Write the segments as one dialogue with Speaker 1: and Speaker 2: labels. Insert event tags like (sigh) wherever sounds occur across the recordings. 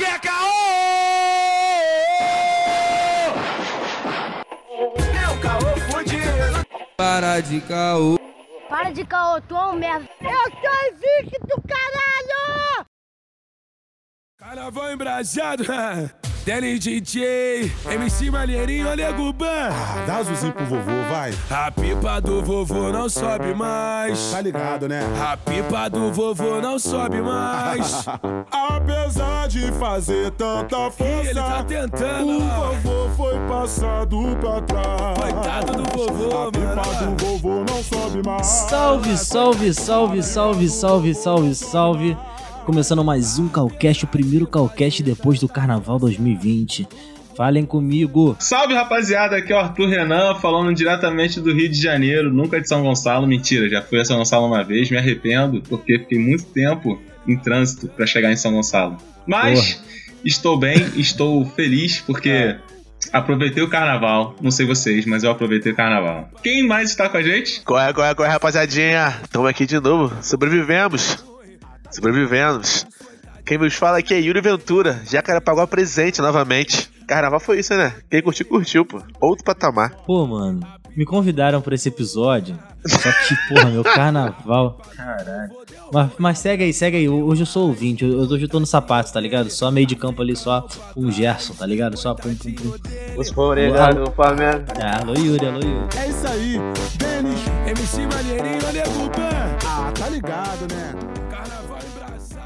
Speaker 1: é É
Speaker 2: Para de caô.
Speaker 3: Para de caô, tu é um merda. Eu sou invicto, caralho!
Speaker 4: Carnaval embrasado, (laughs) Denis DJ, MC Malheirinho, olha Guban.
Speaker 1: Ah, dá azulzinho pro vovô, vai.
Speaker 4: A pipa do vovô não sobe mais.
Speaker 1: Tá ligado, né?
Speaker 4: A pipa do vovô não
Speaker 1: (laughs)
Speaker 4: sobe mais.
Speaker 1: Apesar de fazer tanta força,
Speaker 4: Ih, ele tá tentando,
Speaker 1: o
Speaker 4: ó.
Speaker 1: vovô foi passado pra trás.
Speaker 4: Coitado do vovô,
Speaker 1: A pipa
Speaker 4: mano.
Speaker 1: do vovô não sobe mais.
Speaker 5: Salve, salve, salve, salve, salve, salve, salve. Começando mais um Calcast, o primeiro Calcast depois do Carnaval 2020. Falem comigo.
Speaker 6: Salve rapaziada, aqui é o Arthur Renan falando diretamente do Rio de Janeiro, nunca de São Gonçalo, mentira, já fui a São Gonçalo uma vez, me arrependo porque fiquei muito tempo em trânsito pra chegar em São Gonçalo. Mas estou bem, estou feliz porque aproveitei o carnaval, não sei vocês, mas eu aproveitei o carnaval. Quem mais está com a gente?
Speaker 7: Qual é, qual é, qual é, rapaziadinha? Estamos aqui de novo. Sobrevivemos. Sobrevivemos. Quem vos fala aqui é Yuri Ventura. Jacarepaguá presente novamente. Carnaval foi isso, né? Quem curtiu, curtiu, pô. Outro patamar.
Speaker 5: Pô, mano, me convidaram pra esse episódio. Só que, porra, meu carnaval.
Speaker 6: Caralho.
Speaker 5: Mas, mas segue aí, segue aí. Hoje eu sou ouvinte, eu- hoje eu tô no sapato, tá ligado? Só meio de campo ali, só um Gerson, tá ligado? Só pum, pum, pum.
Speaker 7: Os
Speaker 5: foregados
Speaker 7: do Flamengo.
Speaker 5: Ah, alô Yuri, alô Yuri.
Speaker 1: É isso aí, Denis.
Speaker 4: MC Malheirinho, olha Guban.
Speaker 1: Ah, tá ligado, né?
Speaker 4: Carnaval embrasado.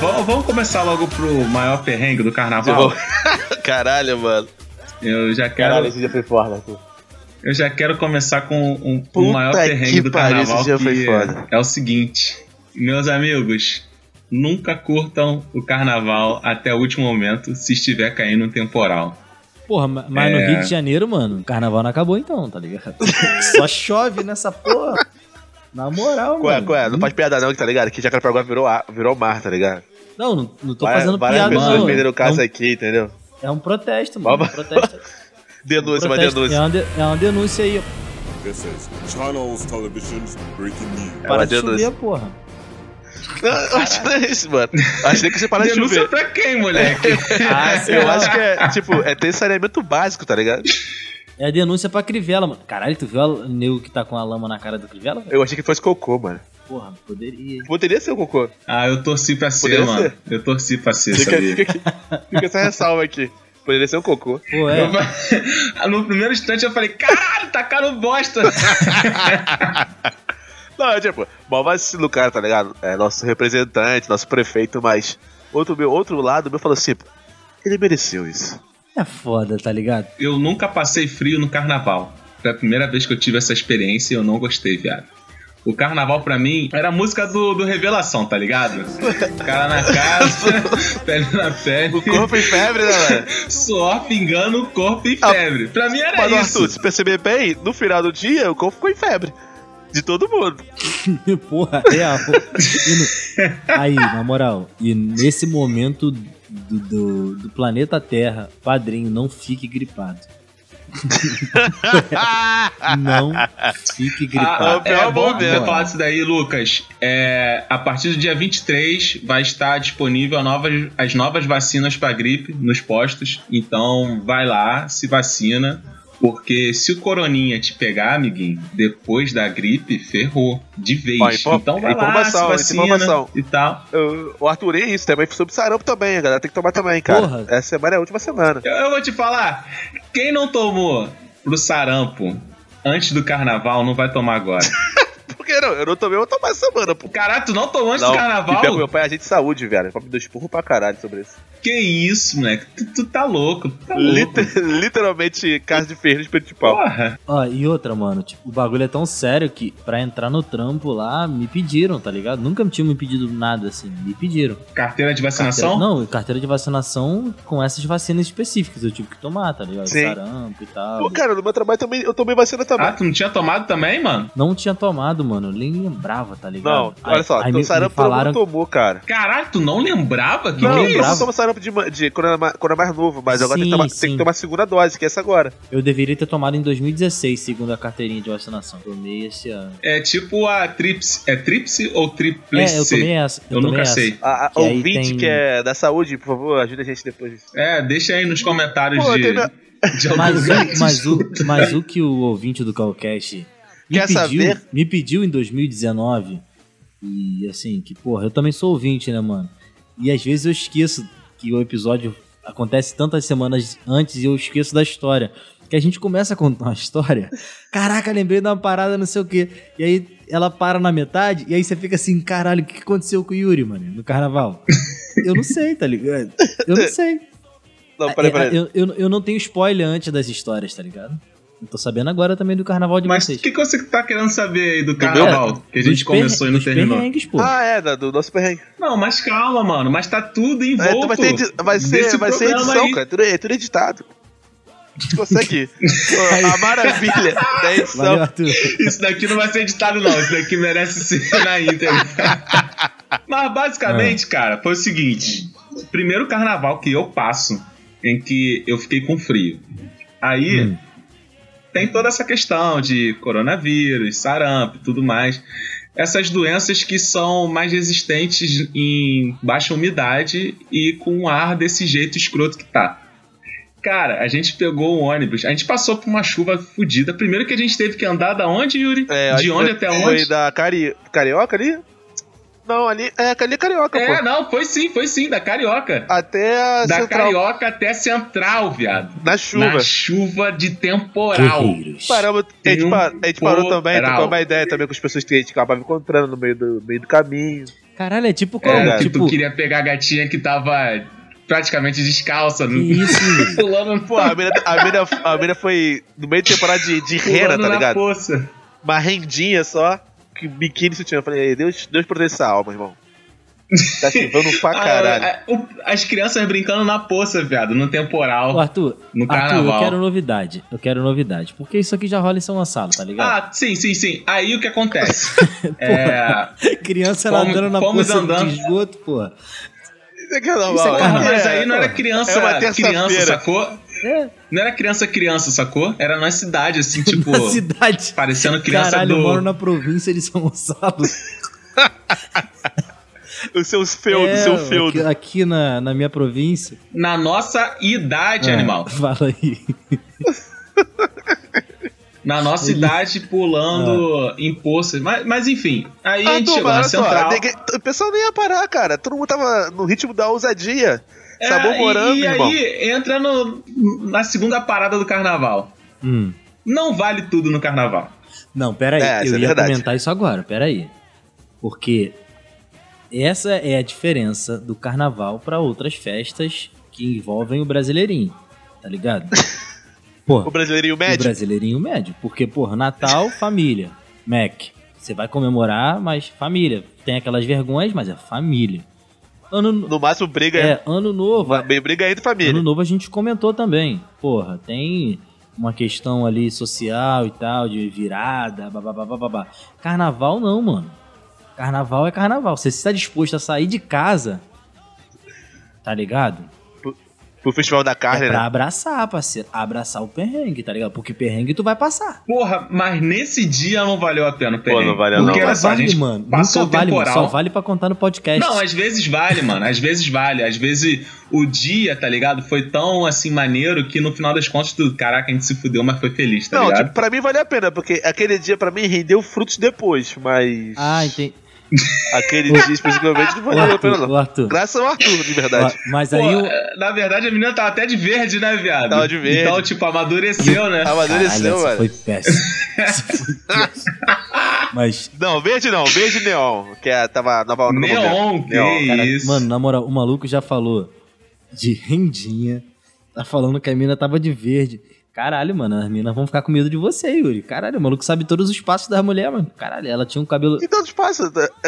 Speaker 6: Vamos, vamos começar logo pro maior perrengue do carnaval.
Speaker 7: (laughs) Caralho, mano.
Speaker 6: Eu já quero,
Speaker 7: Caralho, esse dia foi foda, Arthur.
Speaker 6: eu já quero começar com um, o
Speaker 7: Puta
Speaker 6: maior
Speaker 7: que
Speaker 6: perrengue do
Speaker 7: pariu,
Speaker 6: carnaval
Speaker 7: esse dia
Speaker 6: que
Speaker 7: foi foda.
Speaker 6: é o seguinte, meus amigos, nunca curtam o carnaval até o último momento se estiver caindo um temporal.
Speaker 5: Porra, ma- mas no
Speaker 6: É.
Speaker 5: Rio de Janeiro, mano, o carnaval não acabou então, tá ligado? (laughs) Só chove nessa porra. Na moral,
Speaker 7: Qual é,
Speaker 5: mano.
Speaker 7: qual é? Não faz piada não, que tá ligado? Que Jacarepaguá virou, a- virou mar, tá ligado?
Speaker 5: Não, não, não tô
Speaker 7: Várias-
Speaker 5: fazendo
Speaker 7: Várias
Speaker 5: piada,
Speaker 7: pessoas
Speaker 5: não.
Speaker 7: perderam casa
Speaker 5: é,
Speaker 7: aqui, entendeu?
Speaker 5: um, é um protesto, mano. É um protesto.
Speaker 7: (laughs) Denúncia, uma
Speaker 5: protesto.
Speaker 7: denúncia.
Speaker 5: É, uma de- é uma denúncia aí.
Speaker 8: This is Channels Television's Breaking News.
Speaker 7: É
Speaker 5: Para
Speaker 7: uma
Speaker 5: de
Speaker 7: denúncia.
Speaker 5: chover,
Speaker 7: (laughs)
Speaker 5: porra.
Speaker 7: Não, (laughs) eu acho que não é isso, mano. Acho que você para de
Speaker 6: Denúncia
Speaker 7: chover.
Speaker 6: pra quem,
Speaker 7: (laughs)
Speaker 6: moleque?
Speaker 5: Ah, sei
Speaker 7: Eu
Speaker 5: lá.
Speaker 7: acho que é, tipo, é ter saneamento básico, tá ligado?
Speaker 5: É a denúncia pra Crivella, mano. Caralho, tu viu a- o nego que tá com a lama na cara do Crivella? velho?
Speaker 7: Eu achei que fosse cocô, mano.
Speaker 5: Porra, poderia.
Speaker 7: Poderia ser o cocô.
Speaker 6: ah, eu torci pra ser,
Speaker 7: Poderia
Speaker 6: mano.
Speaker 7: ser.
Speaker 6: Eu torci pra ser,
Speaker 7: Fica,
Speaker 6: sabia?
Speaker 7: fica, aqui- fica essa ressalva aqui. Poderia ser um cocô.
Speaker 5: Pô,
Speaker 6: Eu
Speaker 5: é.
Speaker 6: fa- (laughs) no primeiro instante eu falei, caralho, tacaram bosta.
Speaker 7: Não, é tipo, mal vacilo, cara, tá ligado? É nosso representante, nosso prefeito, mas outro, meu, outro lado meu falou assim, "Pô, ele mereceu isso.
Speaker 5: É foda, tá ligado?
Speaker 6: eu nunca passei frio no carnaval. Foi a primeira vez que eu tive essa experiência e eu não gostei, viado. O carnaval pra mim era a música do, do Revelação, tá ligado? Cara na casa, (laughs) pele na pele.
Speaker 7: O corpo em febre, né, velho? (laughs)
Speaker 6: Suor pingando o corpo e
Speaker 7: Ah,
Speaker 6: febre. Pra mim era
Speaker 7: Mas,
Speaker 6: isso.
Speaker 7: Arthur, se perceber bem, no final do dia, o corpo ficou em febre. De todo mundo.
Speaker 5: Porra, real. E no- Aí, na moral, e nesse momento do, do, do planeta Terra, padrinho, não fique gripado. (laughs) Não fique
Speaker 6: Ah,
Speaker 5: gripado.
Speaker 7: é
Speaker 6: é
Speaker 7: um
Speaker 6: bom
Speaker 7: bom
Speaker 6: você
Speaker 7: mesmo.
Speaker 6: falar disso daí, Lucas. É, a partir do dia 23 vai estar disponível a novas- as novas vacinas para gripe nos postos. Então vai lá, se vacina. Porque se o coroninha te pegar, amiguinho, depois da gripe, ferrou. De vez.
Speaker 7: Ó, info-
Speaker 6: então vai lá, se
Speaker 7: informação,
Speaker 6: vacina
Speaker 7: informação.
Speaker 6: e tal.
Speaker 7: Eu- O Arthur é isso, também sobre sarampo também, a galera tem que tomar também, cara.
Speaker 5: Porra.
Speaker 7: Essa semana é a última semana.
Speaker 6: Eu, eu vou te falar, quem não tomou pro sarampo antes do carnaval, não vai tomar agora.
Speaker 7: Porque não, eu não tomei, eu vou tomar essa semana, pô.
Speaker 6: Caralho, tu não tomou antes
Speaker 7: Não,
Speaker 6: do
Speaker 7: e pior que
Speaker 6: carnaval?
Speaker 7: meu pai é agente de saúde, velho. O papo deu esporro pra caralho sobre isso.
Speaker 6: Que isso, moleque? Tu, tu tá louco, tu tá louco.
Speaker 7: Liter- literalmente casa de ferreiro de peito de pau.
Speaker 6: Porra.
Speaker 5: Ó, e outra, mano, tipo, o bagulho é tão sério que pra entrar no trampo lá, me pediram, tá ligado? Nunca me tinham me pedido nada assim, me pediram.
Speaker 6: Carteira de
Speaker 5: Carteira,
Speaker 6: vacinação?
Speaker 5: não, carteira de vacinação com essas vacinas específicas eu tive que tomar, tá ligado?
Speaker 7: Sim.
Speaker 5: Sarampo e tal.
Speaker 7: Pô, cara, no meu trabalho também, eu tomei vacina também.
Speaker 6: Ah, tu não tinha tomado também, mano?
Speaker 5: Não tinha tomado, mano, eu nem lembrava, tá
Speaker 7: não,
Speaker 5: ligado?
Speaker 7: olha só,
Speaker 5: aí
Speaker 7: então
Speaker 5: me, me
Speaker 7: sarampo
Speaker 5: falaram
Speaker 7: todo mundo tomou, cara.
Speaker 6: Caralho, tu não lembrava? Que
Speaker 7: não,
Speaker 6: que é
Speaker 7: eu
Speaker 6: isso?
Speaker 7: só tomo sarampo de, ma- de quando, era mais, quando era mais novo, mas agora tem
Speaker 5: Sim,
Speaker 7: que, tomar,
Speaker 5: sim.
Speaker 7: tem que tomar a segunda dose, que é essa agora.
Speaker 5: Eu deveria ter tomado em 2016, segundo a carteirinha de vacinação. Tomei esse ano.
Speaker 6: É tipo a trips. É tripse ou triplice?
Speaker 5: É, eu tomei essa. Eu,
Speaker 6: Eu
Speaker 5: tomei
Speaker 6: nunca
Speaker 5: essa.
Speaker 6: sei.
Speaker 7: A, a
Speaker 5: Que aí
Speaker 7: ouvinte
Speaker 5: tem-
Speaker 7: que é da saúde, por favor, ajuda a gente depois disso.
Speaker 6: É, deixa aí nos comentários
Speaker 7: Pô, eu
Speaker 6: de. de algum
Speaker 5: Mas,
Speaker 6: lugar que
Speaker 5: o, mas, o,
Speaker 6: escuta.
Speaker 5: mas o que o ouvinte do Calcast me
Speaker 7: Quer
Speaker 5: pediu,
Speaker 7: saber?
Speaker 5: me pediu em 2019, e assim, que porra, eu também sou ouvinte, né, mano? E às vezes eu esqueço que o episódio acontece tantas semanas antes e eu esqueço da história. Que a gente começa a contar uma história, caraca, lembrei de uma parada, não sei o quê. E aí ela para na metade, e aí você fica assim, caralho, o que aconteceu com o Yuri, mano, no carnaval? Eu não sei, tá ligado? Eu não sei.
Speaker 6: Então,
Speaker 7: Não, peraí,
Speaker 5: É,
Speaker 7: peraí.
Speaker 5: Eu, eu, eu não tenho spoiler antes das histórias, tá ligado? Eu tô sabendo agora também do carnaval de
Speaker 6: Mas o
Speaker 5: vocês.
Speaker 6: que, que você tá querendo saber aí do carnaval? Que a gente
Speaker 5: Dos
Speaker 6: começou
Speaker 5: perre-
Speaker 6: e não
Speaker 5: dos
Speaker 6: terminou.
Speaker 5: perrengues, pô.
Speaker 7: Ah, é, da- do nosso perrengue.
Speaker 6: Não, mas calma, mano. Mas tá tudo
Speaker 7: É,
Speaker 6: envolto.
Speaker 7: mas tem edi- vai ser,
Speaker 6: nesse
Speaker 7: vai ser
Speaker 6: programa
Speaker 7: edição,
Speaker 6: aí.
Speaker 7: cara. Tudo, é tudo editado. A gente (laughs) consegue. a maravilha da edição.
Speaker 5: Valeu, Arthur.
Speaker 6: Isso daqui não vai ser editado, não. Isso daqui merece ser na íntegra. Mas basicamente, cara, foi o seguinte: primeiro carnaval que eu passo, em que eu fiquei com frio. Aí
Speaker 5: Hum.
Speaker 6: tem toda essa questão de coronavírus, sarampo e tudo mais. Essas doenças que são mais resistentes em baixa umidade e com o ar desse jeito escroto que tá. Cara, a gente pegou o ônibus, a gente passou por uma chuva fodida. Primeiro que a gente teve que andar da onde, Yuri?
Speaker 7: É, acho
Speaker 6: de
Speaker 7: que
Speaker 6: onde
Speaker 7: foi-
Speaker 6: até
Speaker 7: Foi
Speaker 6: onde?
Speaker 7: da Cari... Carioca ali? Não, ali. É, ali é Carioca,
Speaker 6: É,
Speaker 7: pô.
Speaker 6: não, foi sim, foi sim, da Carioca.
Speaker 7: Até a
Speaker 6: da
Speaker 7: Central.
Speaker 6: Carioca até Central, viado.
Speaker 7: Na chuva.
Speaker 6: Na chuva de temporal.
Speaker 5: Guerreiros.
Speaker 7: Paramos, a gente,
Speaker 6: Tem um
Speaker 7: pa- a gente parou
Speaker 6: coral.
Speaker 7: também, trocou uma ideia também com as pessoas que a gente acabava encontrando no meio do, meio do caminho.
Speaker 5: Caralho, é tipo como?
Speaker 6: É, que
Speaker 5: tipo,
Speaker 6: tu queria pegar a gatinha que tava praticamente descalça,
Speaker 5: que
Speaker 6: no-
Speaker 5: isso, (laughs) Yuri?
Speaker 6: (laughs) pulando,
Speaker 7: Pô, a mina, a mina, a mina foi no meio de temporada de, de rena,
Speaker 6: pulando
Speaker 7: tá
Speaker 6: na
Speaker 7: ligado?
Speaker 6: poça.
Speaker 7: Uma rendinha só, que biquíni sutiã. Eu falei, Deus, Deus proteja essa alma, irmão. Tá chovendo
Speaker 6: (laughs)
Speaker 7: pra
Speaker 6: Ah,
Speaker 7: caralho.
Speaker 6: a- o- as crianças brincando na poça, viado, no
Speaker 5: Ô,
Speaker 6: temporal,
Speaker 5: Arthur, Arthur,
Speaker 6: no
Speaker 5: eu
Speaker 6: carnaval.
Speaker 5: quero novidade. Eu quero novidade. Porque isso aqui já rola em São Gonçalo, tá ligado?
Speaker 6: Ah, sim, sim, sim. Aí o que
Speaker 7: (laughs)
Speaker 6: acontece? é,
Speaker 5: Criança
Speaker 6: fomos-
Speaker 5: nadando na
Speaker 6: fomos
Speaker 5: poça
Speaker 6: andando.
Speaker 5: de esgoto, porra.
Speaker 7: Isso é carnaval.
Speaker 5: Isso é
Speaker 7: cara.
Speaker 6: Porra,
Speaker 5: carnaval.
Speaker 6: né? mas aí não era criança,
Speaker 7: É uma
Speaker 6: criança,
Speaker 7: terça-feira.
Speaker 6: sacou?
Speaker 5: É,
Speaker 6: Não era criança, criança, sacou? Era na cidade,
Speaker 7: (laughs)
Speaker 6: assim, tipo,
Speaker 5: na (laughs) cidade.
Speaker 6: parecendo criança
Speaker 5: Caralho, eu
Speaker 6: do...
Speaker 5: moro na província de São Gonçalo.
Speaker 7: O seu feudo,
Speaker 5: É,
Speaker 7: o seu
Speaker 5: Aqui,
Speaker 7: feudo.
Speaker 5: aqui na, na minha província.
Speaker 6: na nossa idade,
Speaker 7: É.
Speaker 5: Ah,
Speaker 6: animal.
Speaker 5: Fala aí.
Speaker 6: Na nossa idade,
Speaker 5: Ah.
Speaker 6: pulando em poças. Mas, mas enfim, aí a
Speaker 7: Ah,
Speaker 6: gente
Speaker 7: tu,
Speaker 6: chegou
Speaker 7: mas
Speaker 6: na
Speaker 7: olha só,
Speaker 6: central.
Speaker 7: ninguém- o pessoal nem ia parar, cara. Todo mundo tava no ritmo da ousadia.
Speaker 6: É,
Speaker 7: Sabor
Speaker 6: e-
Speaker 7: morango,
Speaker 6: e,
Speaker 7: irmão.
Speaker 6: aí entra no- na segunda parada do carnaval.
Speaker 5: Hum.
Speaker 6: Não vale tudo no carnaval.
Speaker 5: Não, peraí.
Speaker 7: É, isso
Speaker 5: eu
Speaker 7: é
Speaker 5: ia
Speaker 7: verdade.
Speaker 5: comentar isso agora, peraí. Porque essa é a diferença do carnaval pra outras festas que envolvem o brasileirinho, tá
Speaker 7: (laughs)
Speaker 5: ligado? Pô,
Speaker 7: O brasileirinho
Speaker 5: o
Speaker 7: médio.
Speaker 5: brasileirinho médio. Porque, porra,
Speaker 7: (laughs)
Speaker 5: Natal, família. Mac. Você vai comemorar, mas família. Tem aquelas vergonhas, mas é família. Ano,
Speaker 7: No máximo, briga.
Speaker 5: é, Hum. ano novo,
Speaker 7: Bem, briga entre família.
Speaker 5: Ano novo a gente comentou também. Porra, tem uma questão ali social e tal, de virada, babá, babá. Carnaval não, mano. Carnaval é carnaval. Você está disposto a sair de casa, tá ligado?
Speaker 7: Pro festival da carne,
Speaker 5: É pra
Speaker 7: né?
Speaker 5: abraçar, parceiro. Abraçar o perrengue, tá ligado? Porque perrengue tu vai passar.
Speaker 6: Porra, mas nesse dia não valeu a pena o perrengue.
Speaker 7: É, não valeu
Speaker 6: Porque
Speaker 5: Nunca
Speaker 6: olha
Speaker 7: não, mas
Speaker 6: só, a
Speaker 5: vale,
Speaker 6: gente
Speaker 5: mano.
Speaker 6: passou
Speaker 5: Nunca
Speaker 6: o
Speaker 5: vale, mano.
Speaker 6: temporal.
Speaker 5: Só vale pra contar no podcast.
Speaker 6: Não, às vezes vale, mano. Às vezes vale. Às vezes o dia, tá ligado? Foi tão assim maneiro que no final das contas, tu, caraca, a gente se fudeu, mas foi feliz, tá
Speaker 7: Não,
Speaker 6: ligado?
Speaker 7: tipo, pra mim valeu a pena, porque aquele dia pra mim rendeu frutos depois, mas.
Speaker 5: Ah, entendi.
Speaker 7: Aquele dia especificamente (laughs) não
Speaker 5: O
Speaker 7: valeu a pena,
Speaker 5: Arthur, (laughs)
Speaker 7: não.
Speaker 5: o Arthur.
Speaker 7: Graças ao Arthur, de verdade. é,
Speaker 5: Ó, Mas
Speaker 6: Pô, é,
Speaker 5: aí o.
Speaker 6: na verdade a menina tava até de verde, né, viado?
Speaker 7: Tava de verde.
Speaker 6: Então, tipo, amadureceu, né?
Speaker 5: Caralho,
Speaker 7: Amadureceu,
Speaker 5: essa
Speaker 7: velho.
Speaker 5: foi péssimo. Essa
Speaker 7: (laughs)
Speaker 5: foi péssimo. Mas
Speaker 7: Não, verde não, verde neon. Que é, tava nova no momento.
Speaker 6: Neon, que
Speaker 7: Neon,
Speaker 5: Cara,
Speaker 6: isso.
Speaker 5: Mano, na moral, o maluco já falou de rendinha. Tá falando que a mina tava de verde. Caralho, mano, as minas vão ficar com medo de você, Yuri. Caralho, o maluco sabe todos os passos das mulheres, mano. Caralho, ela tinha um cabelo.
Speaker 7: Então, espaço.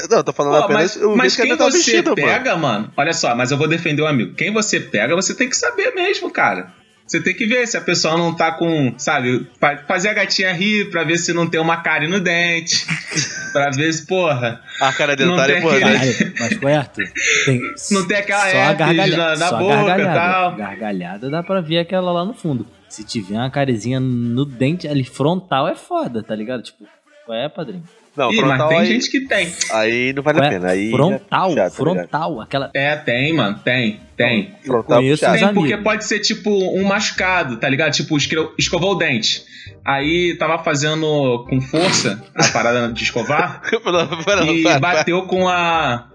Speaker 7: Não, tô falando
Speaker 6: Pô,
Speaker 7: apenas
Speaker 6: mas
Speaker 7: o
Speaker 6: mas
Speaker 7: jeito que
Speaker 6: quem
Speaker 7: a mina tá
Speaker 6: você
Speaker 7: vestida, mano.
Speaker 6: pega, mano. Olha só, mas eu vou defender o amigo. Quem você pega, você tem que saber mesmo, cara. Você tem que ver se a pessoa não tá com, sabe, fa- fazer a gatinha rir pra ver se não tem uma cárie no dente. (laughs) pra ver se, porra,
Speaker 7: A cara
Speaker 6: Não
Speaker 7: dentária é
Speaker 6: tem aquele-
Speaker 7: importante.
Speaker 5: Caralho, mas Coerto, tem.
Speaker 6: Não tem aquela
Speaker 5: só a
Speaker 6: herpes
Speaker 5: gargalha-
Speaker 6: na- na
Speaker 5: só a
Speaker 6: boca e
Speaker 5: gargalhada.
Speaker 6: tal.
Speaker 5: Gargalhada dá pra ver aquela lá no fundo. Se tiver uma carezinha no dente ali frontal é foda, tá ligado? Tipo, qual é, padrinho?
Speaker 7: Não,
Speaker 6: Ih, mas
Speaker 7: frontal
Speaker 6: tem
Speaker 7: aí,
Speaker 6: gente que tem.
Speaker 7: aí não vale
Speaker 5: Qual
Speaker 7: a
Speaker 5: é?
Speaker 7: pena. Aí
Speaker 5: frontal,
Speaker 7: é chato, tá ligado?
Speaker 5: frontal, aquela.
Speaker 6: É, tem, mano, tem, tem.
Speaker 7: Frontal é
Speaker 5: Conheço
Speaker 7: puxado. (laughs)
Speaker 5: os
Speaker 6: Tem, porque
Speaker 5: amigos.
Speaker 6: pode ser tipo um machucado, tá ligado? Tipo, escre- escovou o dente. Aí tava fazendo com força a parada de
Speaker 7: (laughs)
Speaker 6: escovar
Speaker 7: Pronto, pronto,
Speaker 6: e
Speaker 7: pronto.
Speaker 6: bateu com a.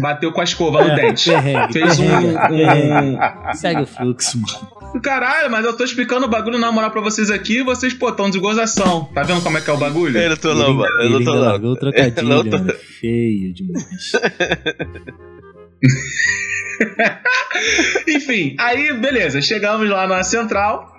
Speaker 6: Bateu com a escova no dente.
Speaker 5: Perrengue,
Speaker 6: Fez um-
Speaker 5: perrengue,
Speaker 6: um,
Speaker 5: perrengue. Segue o fluxo, mano.
Speaker 6: Caralho, mas eu tô explicando o bagulho na moral pra vocês aqui e vocês, pô, tão de gozação. Tá vendo como é que é o bagulho?
Speaker 7: Eu não tô não, mano. Eu
Speaker 5: Ele
Speaker 7: não
Speaker 5: ainda
Speaker 7: tô
Speaker 5: largou
Speaker 7: não.
Speaker 5: o trocadilho,
Speaker 7: Eu não tô-
Speaker 5: mano. Feio demais.
Speaker 6: (laughs) Enfim, aí, beleza, chegamos lá na central.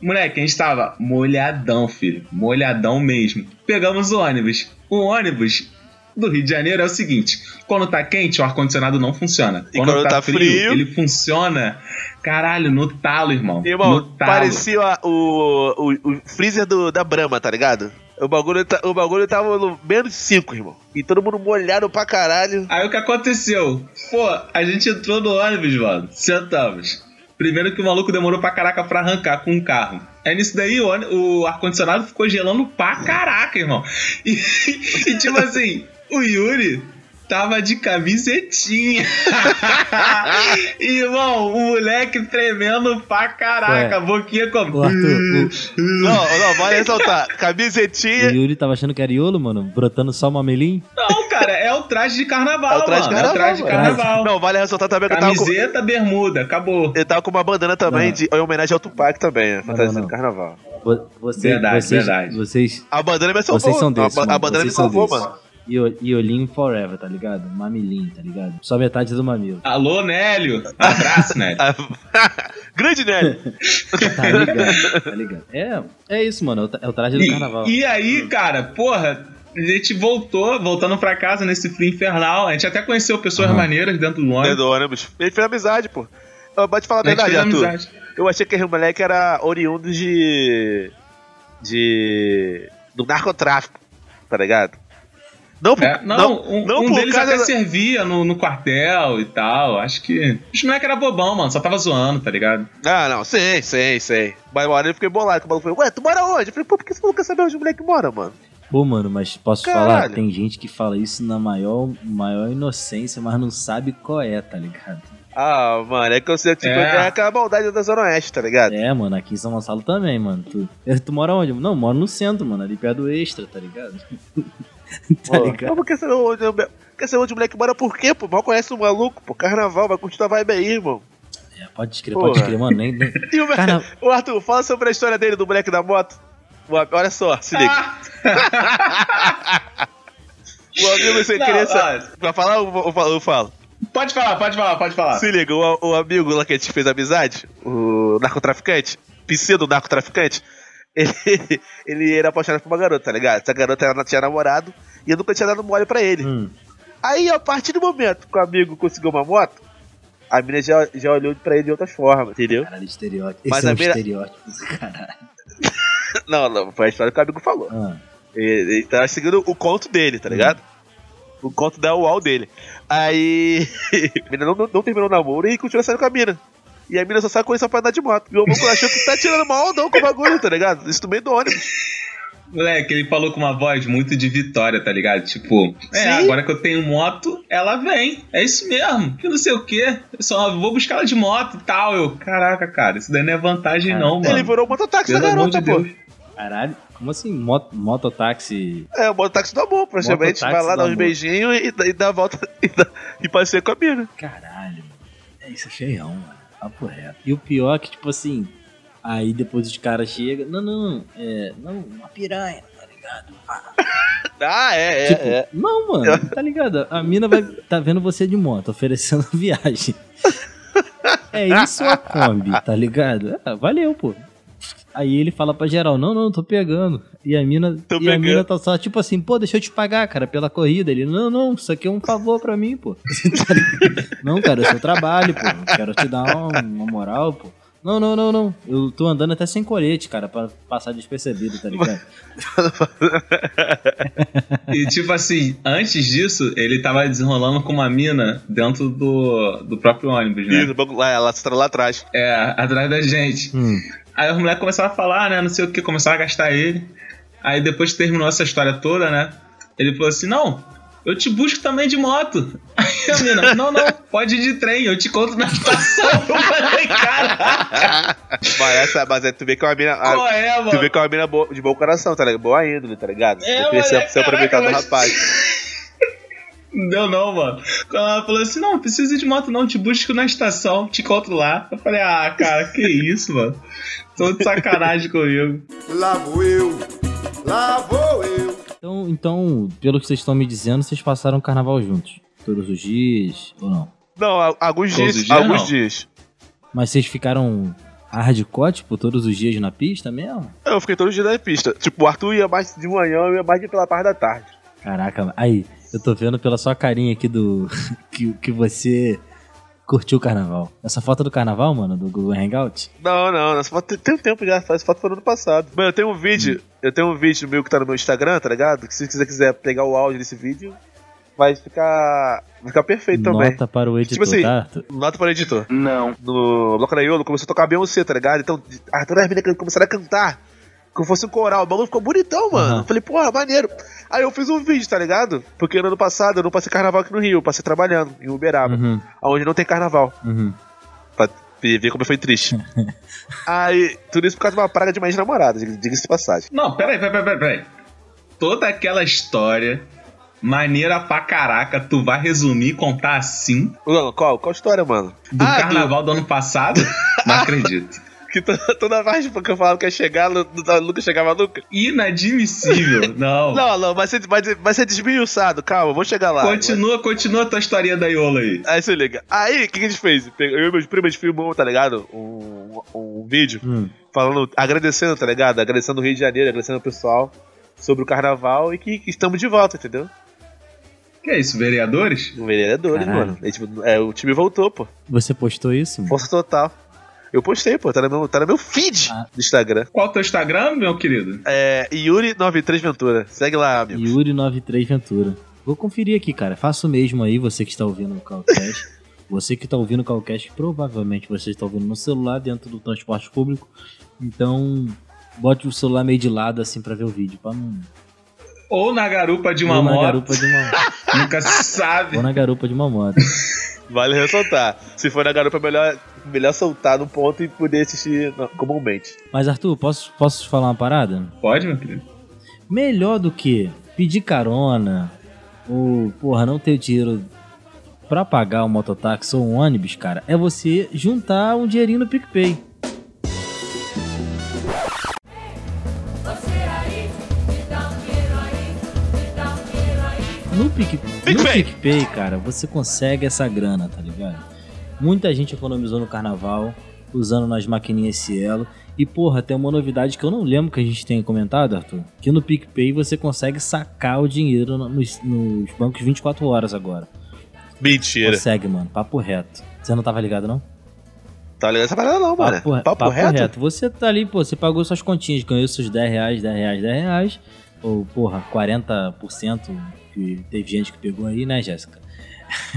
Speaker 6: Moleque, a gente tava molhadão, filho. Molhadão mesmo. Pegamos o ônibus. O ônibus do Rio de Janeiro é o seguinte: quando tá quente, o ar-condicionado não funciona.
Speaker 7: E quando tá frio?
Speaker 6: ele funciona. Caralho, no talo, irmão. no
Speaker 7: Irmão,
Speaker 6: talo.
Speaker 7: parecia a- o, o, o freezer do, da Brahma, tá ligado? O bagulho, tá- o bagulho tava no menos 5, irmão. E todo mundo molhado pra caralho.
Speaker 6: Aí o que aconteceu? Pô, a gente entrou no ônibus, mano. Sentamos. Primeiro que o maluco demorou pra caraca pra arrancar com o carro. Aí nisso daí o, ôni- o ar-condicionado ficou gelando pra caraca, irmão. E, e tipo assim, o Yuri tava de camisetinha. (laughs) irmão, o moleque tremendo pra caraca.
Speaker 5: Ué.
Speaker 6: A boquinha
Speaker 5: Ô,
Speaker 6: como.
Speaker 5: Arthur,
Speaker 6: Hum.
Speaker 7: Não, não, vale ressaltar. (laughs)
Speaker 5: o, o
Speaker 7: Camisetinha.
Speaker 5: Yuri tava achando que era iolo, mano. Brotando só mamelim.
Speaker 6: Não, cara, é o traje de carnaval,
Speaker 7: É o traje de
Speaker 6: mano. é o traje de
Speaker 7: carnaval,
Speaker 5: mano.
Speaker 6: carnaval.
Speaker 7: Não, vale ressaltar também que eu tava com,
Speaker 6: Camiseta, bermuda, acabou.
Speaker 7: eu tava com uma bandana também,
Speaker 5: Não.
Speaker 7: de, em homenagem ao Tupac também, a fantasia
Speaker 5: não,
Speaker 7: do
Speaker 5: não.
Speaker 7: carnaval.
Speaker 5: Vo- Você,
Speaker 6: Verdade,
Speaker 5: vocês,
Speaker 6: verdade.
Speaker 5: Vocês,
Speaker 7: A bandana me salvou.
Speaker 5: vocês são desses,
Speaker 7: a, ba-
Speaker 5: mano.
Speaker 7: a bandana é me
Speaker 5: vocês são
Speaker 7: salvou,
Speaker 5: desses.
Speaker 7: mano.
Speaker 5: Io- Iolinho forever, tá ligado? Mamilinho, tá ligado? Só metade do mamilo.
Speaker 6: Alô, Nélio.
Speaker 5: (laughs)
Speaker 6: Abraço, Nélio.
Speaker 7: (laughs) Grande Nélio.
Speaker 5: Tá ligado, tá ligado. É, é isso, mano. É o tra- É o traje do carnaval. Hum.
Speaker 6: E, e aí, cara, porra, a gente voltou, voltando pra casa nesse frio infernal. A gente até conheceu pessoas
Speaker 5: Aham.
Speaker 6: maneiras dentro do
Speaker 7: Dentro
Speaker 6: ônibus.
Speaker 7: né, do ônibus. Ele fez amizade, pô. Eu vou te falar
Speaker 6: A
Speaker 7: a
Speaker 6: gente
Speaker 7: É, verdade,
Speaker 6: fez
Speaker 7: Arthur.
Speaker 6: amizade.
Speaker 7: Eu achei que aquele moleque era oriundo de. de. do narcotráfico, tá ligado? Não, por-
Speaker 6: É, não, um, um
Speaker 7: por
Speaker 6: deles
Speaker 7: causa
Speaker 6: até
Speaker 7: da-
Speaker 6: servia no, no quartel e tal. Acho que. Os moleques era bobão, mano. Só tava zoando, tá ligado?
Speaker 7: Ah, não, sei, sei, sei. Mas uma hora eu fiquei bolado, que o maluco falou, ué, tu mora onde? Eu falei, pô, por que você não quer saber onde o moleque mora, mano?
Speaker 5: Pô, mano, mas posso
Speaker 7: Caralho.
Speaker 5: falar? Tem gente que fala isso na maior, maior inocência, mas não sabe qual é, tá ligado?
Speaker 7: Ah, mano, é que eu sei, tipo,
Speaker 6: É.
Speaker 7: é, aquela maldade da Zona Oeste, tá ligado?
Speaker 5: É, mano, aqui em São Gonçalo também, mano. Tu, Eh, tu mora onde? Não, moro no centro, mano, ali perto do extra, tá ligado? (laughs) tá
Speaker 7: Pô,
Speaker 5: ligado?
Speaker 7: Mas por que você não. onde- Quer saber onde o moleque mora por quê, pô? Mal conhece o maluco, pô. Carnaval, vai curtir a vibe aí, irmão.
Speaker 5: É, pode escrever,
Speaker 7: Porra.
Speaker 5: pode escrever, mano. Nem,
Speaker 7: (laughs)
Speaker 5: nem...
Speaker 7: E o,
Speaker 5: Carna-
Speaker 7: o Arthur, fala sobre a história dele, do moleque da moto. O am- Olha só, se liga.
Speaker 6: Ah!
Speaker 7: O amigo sem
Speaker 6: Não,
Speaker 7: querer. sa-
Speaker 6: ah,
Speaker 7: Pra falar, eu, vou- eu falo- eu falo.
Speaker 6: pode falar, pode falar, pode falar.
Speaker 7: Se liga, o, o amigo lá que a gente fez amizade, o narcotraficante, pseudo narcotraficante, (laughs) ele, ele era apaixonado por uma garota, tá ligado? Essa garota era, tinha namorado e eu nunca tinha dado mole pra ele.
Speaker 5: Hum.
Speaker 7: Aí, a partir do momento que o amigo conseguiu uma moto, a menina já, já olhou pra ele de outra forma, entendeu?
Speaker 5: Caralho, estereótipo. Esse
Speaker 7: Mas
Speaker 5: é
Speaker 7: a
Speaker 5: um
Speaker 7: beira-
Speaker 5: estereótipo do caralho.
Speaker 7: Não, não, foi a história que o amigo falou.
Speaker 5: Ah,
Speaker 7: Ele, ele tava seguindo o conto dele, tá ligado? O conto da UAU dele. Aí. (laughs) A menina não, não- não terminou o namoro e continua saindo com a mina. E a mina só sai com ele só pra andar de moto. E o maluco achou que tá tirando mal não com o bagulho, tá ligado? Isso no meio do ônibus.
Speaker 6: Moleque, ele falou com uma voz muito de vitória, tá ligado? Tipo, é,
Speaker 7: Sim.
Speaker 6: agora que eu tenho moto, ela vem. É isso mesmo. Que não sei o quê. Eu só vou buscar ela de moto e tal. Eu, caraca, cara, isso daí não é vantagem,
Speaker 5: Cara,
Speaker 6: não, mano.
Speaker 7: Ele virou o mototáxi da
Speaker 6: Pelo amor
Speaker 7: garota,
Speaker 6: de
Speaker 7: pô.
Speaker 6: Deus.
Speaker 5: caralho, como assim? Moto, mototáxi.
Speaker 7: É, o mototáxi do amor, praticamente.
Speaker 5: Mototáxi
Speaker 7: Vai lá,
Speaker 5: do
Speaker 7: dá uns
Speaker 5: amor.
Speaker 7: beijinhos e, dá- e dá a volta (laughs) e, dá- e passeia com a mina.
Speaker 5: Caralho, mano. É isso, é feião, mano. Papo reto. E o pior é que, tipo assim, aí depois os caras chegam. Não, não, é. Não, uma piranha, tá ligado?
Speaker 7: Ah, é, é,
Speaker 5: Tipo,
Speaker 7: é.
Speaker 5: não,
Speaker 7: (laughs)
Speaker 5: mano, tá ligado? A mina vai tá vendo você de moto, oferecendo viagem. É isso a Kombi, tá ligado? Ah, valeu, pô. Aí ele fala pra geral, não, não, tô pegando. E a mina,
Speaker 7: Tô
Speaker 5: e a
Speaker 7: pegando.
Speaker 5: mina tá só tipo assim, pô, deixa eu te pagar, cara, pela corrida. Ele, não, não, isso aqui é um favor pra mim, pô. (laughs) Tá ligado? não, cara, é seu trabalho, pô. Eu Quero te dar uma, uma moral, pô. Não, não, não, não. Eu tô andando até sem colete, cara, pra passar despercebido, tá ligado?
Speaker 6: E tipo assim, antes disso, ele tava desenrolando com uma mina dentro do, do próprio ônibus, né?
Speaker 7: Ih, no banco lá, lá, lá (laughs) atrás.
Speaker 6: É, atrás da gente.
Speaker 5: Hum.
Speaker 6: Aí os moleques começaram a falar, né? Não sei o que, começaram a gastar ele. Aí depois que terminou essa história toda, né? Ele falou assim: não, eu te busco também de moto. (laughs) Aí a mina, não, não, pode ir de trem, eu te conto na estação. (laughs) Eu falei, caraca,
Speaker 7: Parece, mas é, tu vê que é uma mina. a-
Speaker 6: qual é, mano?
Speaker 7: tu vê que é uma mina boa- de bom coração, tá ligado? Boa índole, tá ligado?
Speaker 6: É,
Speaker 7: Eu queria ser,
Speaker 6: moleque,
Speaker 7: ser aproveitado do
Speaker 6: caraca, mas-
Speaker 7: rapaz.
Speaker 6: Não deu não, mano. Quando ela falou assim, não, não precisa de moto não, te busco na estação, te encontro lá. Eu falei, ah, cara, que isso, mano. Tô de sacanagem comigo.
Speaker 8: Lá vou eu, lá vou eu.
Speaker 5: Então, então, pelo que vocês estão me dizendo, vocês passaram o carnaval juntos. Todos os dias, ou não?
Speaker 7: Não, a- alguns
Speaker 6: Todos
Speaker 7: dias.
Speaker 6: os dias,
Speaker 7: alguns
Speaker 6: não.
Speaker 7: dias.
Speaker 5: Mas vocês ficaram hardcore, tipo, todos os dias na pista mesmo?
Speaker 7: Eu fiquei todos os dias na pista. Tipo, o Arthur ia mais de manhã, eu ia mais de pela parte da tarde.
Speaker 5: Caraca, aí, eu tô vendo pela sua carinha aqui do. (laughs) que, que você curtiu o carnaval. Essa foto do carnaval, mano, do Google Hangout?
Speaker 7: Não, não, essa foto tem- tem um tempo já, essa foto foi no ano passado. Mano, eu tenho um vídeo, eu tenho um vídeo meu que tá no meu Instagram, tá ligado? Que se você quiser pegar o áudio desse vídeo, vai ficar, vai ficar perfeito também.
Speaker 5: Nota para o editor,
Speaker 7: assim,
Speaker 5: tá? Arthur?
Speaker 7: Nota para o editor. Não. No Bloco da Iolo começou a tocar Beyoncé, tá ligado? Então, Arthur e as meninas começaram a cantar. Como fosse um coral. O bagulho ficou bonitão, mano.
Speaker 5: Aham.
Speaker 7: Eu Falei, porra, maneiro. Aí eu fiz um vídeo, tá ligado? Porque no ano passado eu não passei carnaval aqui no Rio, eu passei trabalhando em Uberaba,
Speaker 5: Uhum,
Speaker 6: Hum.
Speaker 7: onde não tem carnaval.
Speaker 5: uhum.
Speaker 7: Pra ver ver como
Speaker 6: (laughs)
Speaker 7: foi triste. Aí, tudo isso por causa de uma praga de mais namorada, diga- diga-se de passagem.
Speaker 6: Não, peraí, peraí, peraí, peraí. Toda aquela história, maneira pra caraca, tu vai resumir e contar assim?
Speaker 7: Mano, qual, qual história, mano?
Speaker 6: Do
Speaker 7: Ah,
Speaker 6: carnaval do ano passado? Não acredito.
Speaker 7: Que to- (laughs) toda vez que eu falava que ia chegar, Lu- Lu- nunca chegava nunca.
Speaker 6: Inadmissível, não.
Speaker 7: Não, não, vai ser, vai, ser- vai ser desmiuçado, calma, vou chegar lá.
Speaker 6: Continua, continua a tua historinha da Iola aí.
Speaker 7: Aí se liga. Aí, o que, que a gente fez? Pegou- Eu e meus primos, a gente filmou, tá ligado? Um, um vídeo
Speaker 5: Hum.
Speaker 7: falando, agradecendo, tá ligado? Agradecendo o Rio de Janeiro, agradecendo o pessoal sobre o carnaval e que, que estamos de volta, entendeu?
Speaker 6: Que é isso, vereadores?
Speaker 7: Vereadores,
Speaker 5: Caralho.
Speaker 7: mano. A gente- é, o time voltou, pô.
Speaker 5: Você postou isso? mano?
Speaker 7: Força total. Eu postei, pô, tá no meu, tá no meu feed
Speaker 5: Ah.
Speaker 7: do Instagram.
Speaker 6: Qual é o teu Instagram, meu querido?
Speaker 7: É Yuri93 Ventura. Segue lá, amigo.
Speaker 5: Yuri93 Ventura. Vou conferir aqui, cara. Faça o mesmo aí, você que está ouvindo o Calcast.
Speaker 6: (laughs)
Speaker 5: você que está ouvindo o Calcast, provavelmente você está ouvindo no celular, dentro do transporte público. Então, bote o celular meio de lado, assim, pra ver o vídeo. Pra não...
Speaker 6: Ou na garupa de uma
Speaker 5: Ou na
Speaker 6: moto,
Speaker 5: garupa de uma...
Speaker 6: (laughs) nunca se sabe.
Speaker 5: Ou na garupa de uma moto.
Speaker 7: Vale ressaltar. Se for na garupa, é melhor, melhor soltar no ponto e poder assistir não, comumente.
Speaker 5: Mas, Arthur, posso, posso te falar uma parada?
Speaker 6: Pode, meu querido?
Speaker 5: Melhor do que pedir carona ou, porra, não ter dinheiro pra pagar um mototáxi ou um ônibus, cara, é você juntar um dinheirinho no PicPay. No, Pic... no
Speaker 7: PicPay.
Speaker 5: PicPay, cara, você consegue essa grana, tá ligado? Muita gente economizou no carnaval, usando nas maquininhas Cielo. E, porra, tem uma novidade que eu não lembro que a gente tenha comentado, Arthur. Que no PicPay você consegue sacar o dinheiro no- nos, nos bancos 24 horas agora.
Speaker 7: Mentira.
Speaker 5: Consegue, mano. Papo reto. Você não tava ligado, não?
Speaker 7: Tá ligado essa parada não, mano. Papo,
Speaker 5: re- papo
Speaker 7: reto?
Speaker 5: Você tá ali, pô, você pagou suas continhas, ganhou seus 10 reais, 10 reais, 10 reais. Ou, porra, 40% que teve gente que pegou aí, né, Jéssica? (laughs)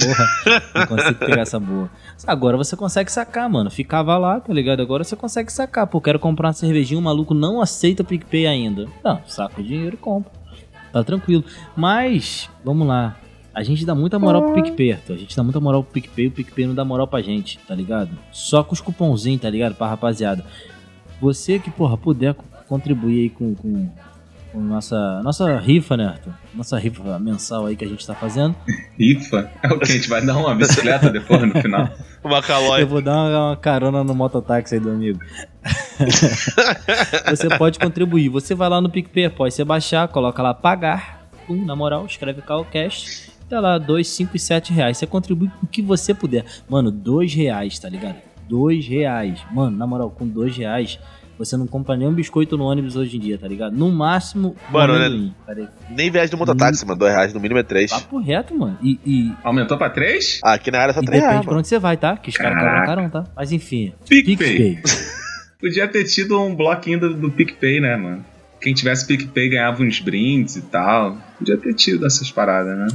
Speaker 5: porra, não consigo pegar essa boa. Agora você consegue sacar, mano. Ficava lá, tá ligado? Agora você consegue sacar. Pô, quero comprar uma cervejinha, o maluco não aceita PicPay ainda. Não, saca o dinheiro e compra. Tá tranquilo. Mas, vamos lá. A gente dá muita moral pro PicPay, Arthur. A gente dá muita moral pro PicPay, o PicPay não dá moral pra gente, tá ligado? Só com os cupomzinhos, tá ligado? Pra rapaziada. Você que, porra, puder co- contribuir aí com, com, com nossa, nossa rifa, né, Arthur? Nossa rifa mensal aí que a gente tá fazendo.
Speaker 6: Rifa. É o que? A gente vai dar uma bicicleta depois no final?
Speaker 7: Uma calói.
Speaker 5: Eu vou dar uma, uma carona no mototáxi aí do amigo. (laughs) você pode contribuir. um, Você vai lá no PicPay, pode você baixar, coloca lá pagar. Pum, na moral, escreve Calcast. Tá lá, dois, cinco e sete reais. Você contribui com o que você puder. Mano, dois reais, tá ligado? Dois reais. Mano, na moral, com dois reais, você não compra nem um biscoito no ônibus hoje em dia, tá ligado? No máximo, um
Speaker 7: Mano, né?
Speaker 5: amendoim, tá ligado?
Speaker 7: Nem viagem do mototáxi, mano. Dois reais, no mínimo é três.
Speaker 5: Papo reto, mano. E, e-
Speaker 6: Aumentou pra 3?
Speaker 7: Aqui na área é só
Speaker 5: e
Speaker 7: três
Speaker 5: depende
Speaker 7: reais,
Speaker 5: pra
Speaker 7: mano.
Speaker 5: onde você vai, tá? Que os caras
Speaker 6: Caraca.
Speaker 5: colocaram, tá? Mas enfim.
Speaker 6: PicPay. Podia ter tido um bloquinho do, do PicPay, né, mano? Quem tivesse PicPay ganhava uns brindes e tal. Podia ter tido essas paraadas, né?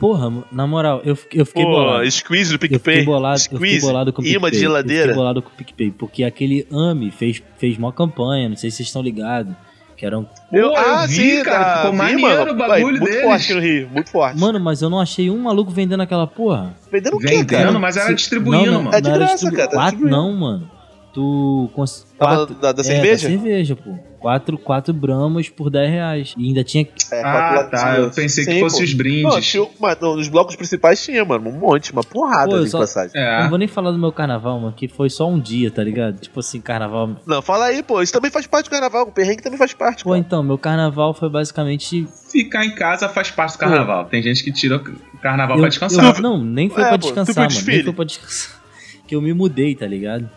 Speaker 5: Porra, mo- na moral, eu, fi- eu fiquei
Speaker 7: Pô,
Speaker 5: bolado.
Speaker 7: squeeze do
Speaker 5: Eu fiquei
Speaker 7: PicPay.
Speaker 5: bolado, eu fiquei
Speaker 7: Squeeze.
Speaker 5: bolado com o
Speaker 7: Imã
Speaker 5: PicPay.
Speaker 7: de
Speaker 5: Eu
Speaker 7: geladeira.
Speaker 5: fiquei bolado com o PicPay, porque aquele AMI fez, fez mó campanha, não sei se vocês estão ligados. Que um, eram.
Speaker 6: Pô, eu vi, cara,
Speaker 7: da-
Speaker 6: ficou
Speaker 7: ah, vi,
Speaker 6: maneiro
Speaker 7: mano.
Speaker 6: o bagulho
Speaker 7: Muito
Speaker 6: deles.
Speaker 7: forte aqui no Rio, muito forte.
Speaker 5: Mano, mas eu não achei um maluco vendendo aquela porra.
Speaker 7: Vendendo o quê,
Speaker 6: Vendendo,
Speaker 7: cara?
Speaker 6: mas era distribuindo,
Speaker 5: não, não,
Speaker 6: mano.
Speaker 7: É de
Speaker 5: não era
Speaker 7: graça,
Speaker 5: distribu-
Speaker 7: cara, tá
Speaker 5: Quatro,
Speaker 7: distribuindo.
Speaker 5: não, mano. Tu. Cons...
Speaker 7: Tava
Speaker 5: Quatro...
Speaker 7: da, da
Speaker 5: é,
Speaker 7: cerveja?
Speaker 5: cerveja, pô. Quatro, quatro bramas por 10 reais. E ainda tinha.
Speaker 7: É,
Speaker 6: Ah,
Speaker 7: quatro
Speaker 6: tá.
Speaker 7: latinhas.
Speaker 6: Eu pensei que
Speaker 7: Sim,
Speaker 6: fosse
Speaker 7: pô.
Speaker 6: os
Speaker 7: Não,
Speaker 6: brindes.
Speaker 7: tinha, mano, nos blocos principais tinha, mano, um monte, uma porrada
Speaker 5: Pô, eu
Speaker 7: de
Speaker 5: só-
Speaker 7: passagem.
Speaker 5: Não
Speaker 6: É.
Speaker 5: vou nem falar do meu carnaval, mano, que foi só um dia, tá ligado? Tipo assim, carnaval
Speaker 7: Não, fala aí, pô, isso também faz parte do carnaval, o perrengue também faz parte,
Speaker 5: Pô,
Speaker 7: cara.
Speaker 5: então, meu carnaval foi basicamente.
Speaker 6: Ficar em casa faz parte do carnaval. Tem gente que tira o carnaval pra
Speaker 5: eu-
Speaker 6: descansar.
Speaker 5: eu- não, nem foi
Speaker 7: É,
Speaker 5: pra
Speaker 7: pô, tu
Speaker 5: descansar,
Speaker 7: foi
Speaker 5: mano. Nem
Speaker 7: desfile.
Speaker 5: foi pra descansar. (laughs) Que eu me mudei, tá ligado?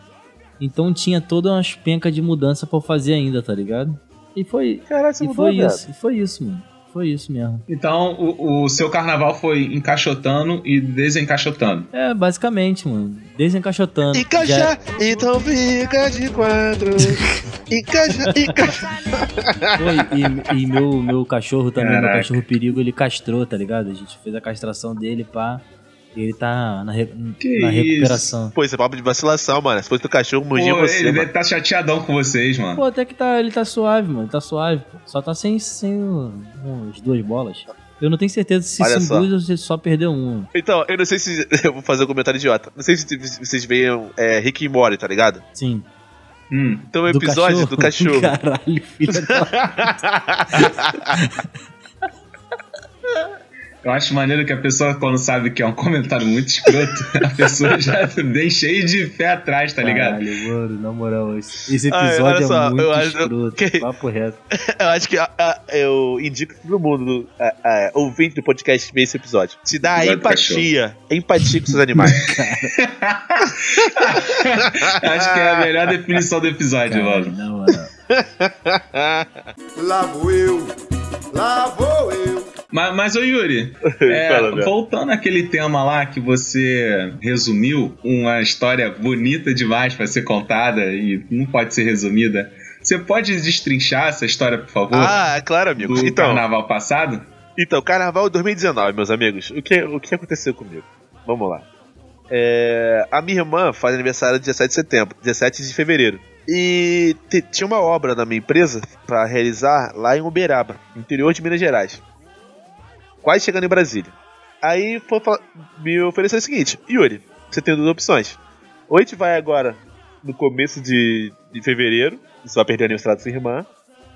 Speaker 5: Então tinha todas umas pencas de mudança pra eu fazer ainda, tá ligado? E foi.
Speaker 7: Caralho, você
Speaker 5: E
Speaker 7: mudou,
Speaker 5: foi
Speaker 7: velho.
Speaker 5: isso, e foi isso, mano. Foi isso mesmo.
Speaker 6: Então, o, o seu carnaval foi encaixotando e desencaixotando.
Speaker 5: É, basicamente, mano. Desencaixotando. Já-
Speaker 7: Encaixa, então fica de
Speaker 5: (laughs)
Speaker 7: quadro. Encaixa, encaixa.
Speaker 5: Foi, e, e meu, meu cachorro também, meu
Speaker 6: Caraca.
Speaker 5: cachorro perigo, ele castrou, tá ligado? A gente fez a castração dele, pá. E ele tá na, re-
Speaker 6: Que
Speaker 5: na
Speaker 6: isso.
Speaker 5: recuperação.
Speaker 7: Pô, isso é papo de vacilação, mano. Se fosse teu cachorro,
Speaker 6: Pô,
Speaker 7: mugir
Speaker 6: ele
Speaker 7: você, mano.
Speaker 6: deve tá chateadão com vocês, mano.
Speaker 5: Pô, até que tá, ele tá suave, mano. Tá suave. pô. Só tá sem, sem o- umas duas bolas. Eu não tenho certeza se
Speaker 7: Olha
Speaker 5: são
Speaker 7: só.
Speaker 5: duas ou se só perdeu um.
Speaker 7: Então, eu não sei se. (laughs) Eu vou fazer um comentário idiota. Não sei se vocês veem é, Rick e Morty, tá ligado?
Speaker 5: Sim.
Speaker 6: Hum.
Speaker 7: Então, o episódio do cachorro.
Speaker 5: (laughs)
Speaker 7: (laughs)
Speaker 5: Caralho, filho da...
Speaker 6: Eu acho maneiro que a pessoa, quando sabe que é um (laughs) comentário muito escroto, a pessoa já (laughs) vem cheia de pé atrás, tá ligado?
Speaker 5: Caralho, mano, na moral, esse esse
Speaker 7: Ai,
Speaker 5: episódio
Speaker 7: olha
Speaker 5: é
Speaker 7: só,
Speaker 5: muito
Speaker 7: eu acho-
Speaker 5: escroto.
Speaker 7: que-
Speaker 5: Papo reto.
Speaker 7: Eu acho que a- a- eu indico pra todo mundo, a- a- ouvinte do podcast, ver esse episódio. Te dá
Speaker 6: Episódio do
Speaker 7: empatia. Empatia com
Speaker 6: (laughs)
Speaker 7: seus animais.
Speaker 6: Acho que é
Speaker 7: Ah.
Speaker 6: a melhor definição do episódio,
Speaker 5: Caralho,
Speaker 6: mano.
Speaker 5: na moral.
Speaker 8: Lá vou eu, lá vou eu.
Speaker 6: Mas, mas ô Yuri, é,
Speaker 7: Fala, Léo.
Speaker 6: voltando àquele tema lá que você resumiu, uma história bonita demais pra ser contada e não pode ser resumida. Você pode destrinchar essa história, por favor?
Speaker 7: ah, é claro, amigos.
Speaker 6: do
Speaker 7: Então,
Speaker 6: carnaval passado?
Speaker 7: então, carnaval 2019, meus amigos. O que, o que aconteceu comigo? Vamos lá. É, a minha irmã faz aniversário 17 de setembro, 17 de fevereiro. E te- tinha uma obra da minha empresa pra realizar lá em Uberaba, interior de Minas Gerais. Quase chegando em Brasília. Aí foi falar- me ofereceu o seguinte: Yuri, você tem duas opções. Ou a gente vai agora no começo de, de fevereiro, você vai perder o aniversário da sua irmã,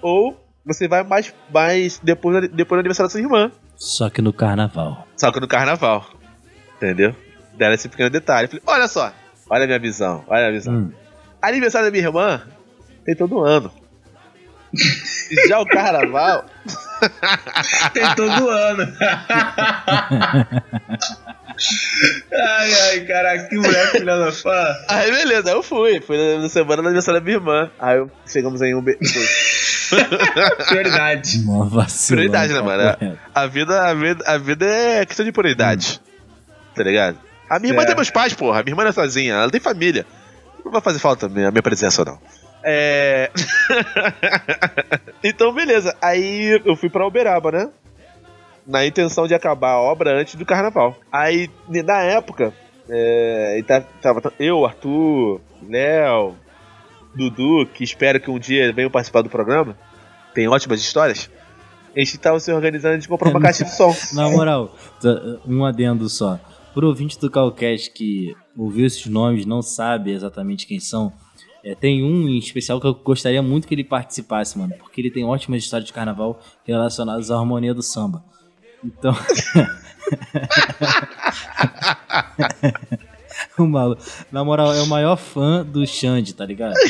Speaker 7: ou você vai mais, mais depois, do ani- depois do aniversário da sua irmã.
Speaker 5: Só que no carnaval.
Speaker 7: Só que no carnaval. Entendeu? Deram esse pequeno detalhe. Eu Falei, olha só. Olha a minha visão. Olha a visão.
Speaker 5: Hum.
Speaker 7: Aniversário da minha irmã tem todo ano. Já o (laughs) carnaval.
Speaker 6: Tem
Speaker 7: (laughs)
Speaker 6: todo ano. ai, ai, caraca, que mulher filha da fã.
Speaker 7: Aí beleza, aí eu fui. Fui na na semana do aniversário da minha irmã. Aí eu- chegamos aí um be...
Speaker 6: Prioridade.
Speaker 5: Mó vacilão,
Speaker 7: Prioridade, né,
Speaker 5: papo
Speaker 7: mano?
Speaker 5: reto.
Speaker 7: a vida, a vida, a vida é questão de prioridade. Tá ligado? A minha irmã
Speaker 6: É.
Speaker 7: tem meus pais, porra. A minha irmã não é sozinha, ela tem família. Não vai fazer falta a minha a minha presença, não. É. (laughs) então, beleza. Aí eu fui pra Uberaba, né? Na intenção de acabar a obra antes do carnaval. Aí, na época, é, e tá- tava eu, Arthur, Léo, Dudu, que espero que um dia venham participar do programa. Tem ótimas histórias. A gente tava se organizando de comprar uma caixa de som.
Speaker 5: (laughs) Na moral, t- um adendo só. Pro ouvinte do Calcast que ouviu esses nomes não sabe exatamente quem são, é, tem um em especial que eu gostaria muito que ele participasse, mano, porque ele tem ótimas histórias de carnaval relacionadas à harmonia do samba. Então. (laughs) o maluco. Na moral, é o maior fã do Xande, tá ligado? é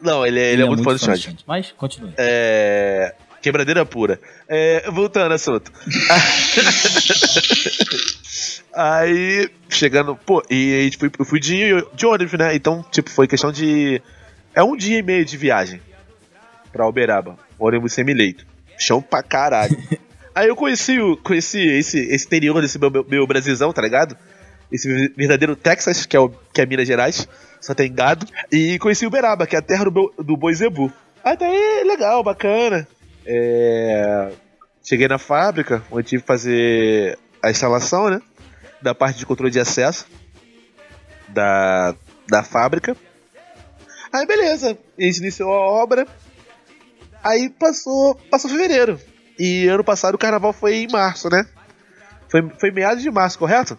Speaker 7: Não, ele é, ele é muito fã do Xande.
Speaker 5: Mas continue.
Speaker 7: É, Quebradeira pura. É, voltando ao assunto. (laughs) aí, chegando, pô, e aí, tipo, eu fui de, de ônibus, né? Então, tipo, foi questão de. É um dia e meio de viagem pra Uberaba. Ônibus semileito. Chão pra caralho. aí eu conheci, o, conheci esse, esse interior desse meu, meu, meu Brasilzão, tá ligado? Esse verdadeiro Texas, que é, o, que é Minas Gerais, só tem gado. E conheci Uberaba, que é a terra do, bo- do boi zebu. Aí daí, Ah, então é legal, bacana. É, Cheguei na fábrica, onde tive que fazer a instalação, né? Da parte de controle de acesso da, da fábrica. Aí beleza, a gente iniciou a obra. Aí passou, passou fevereiro. E ano passado o carnaval foi em março, né? Foi, foi meados de março, correto?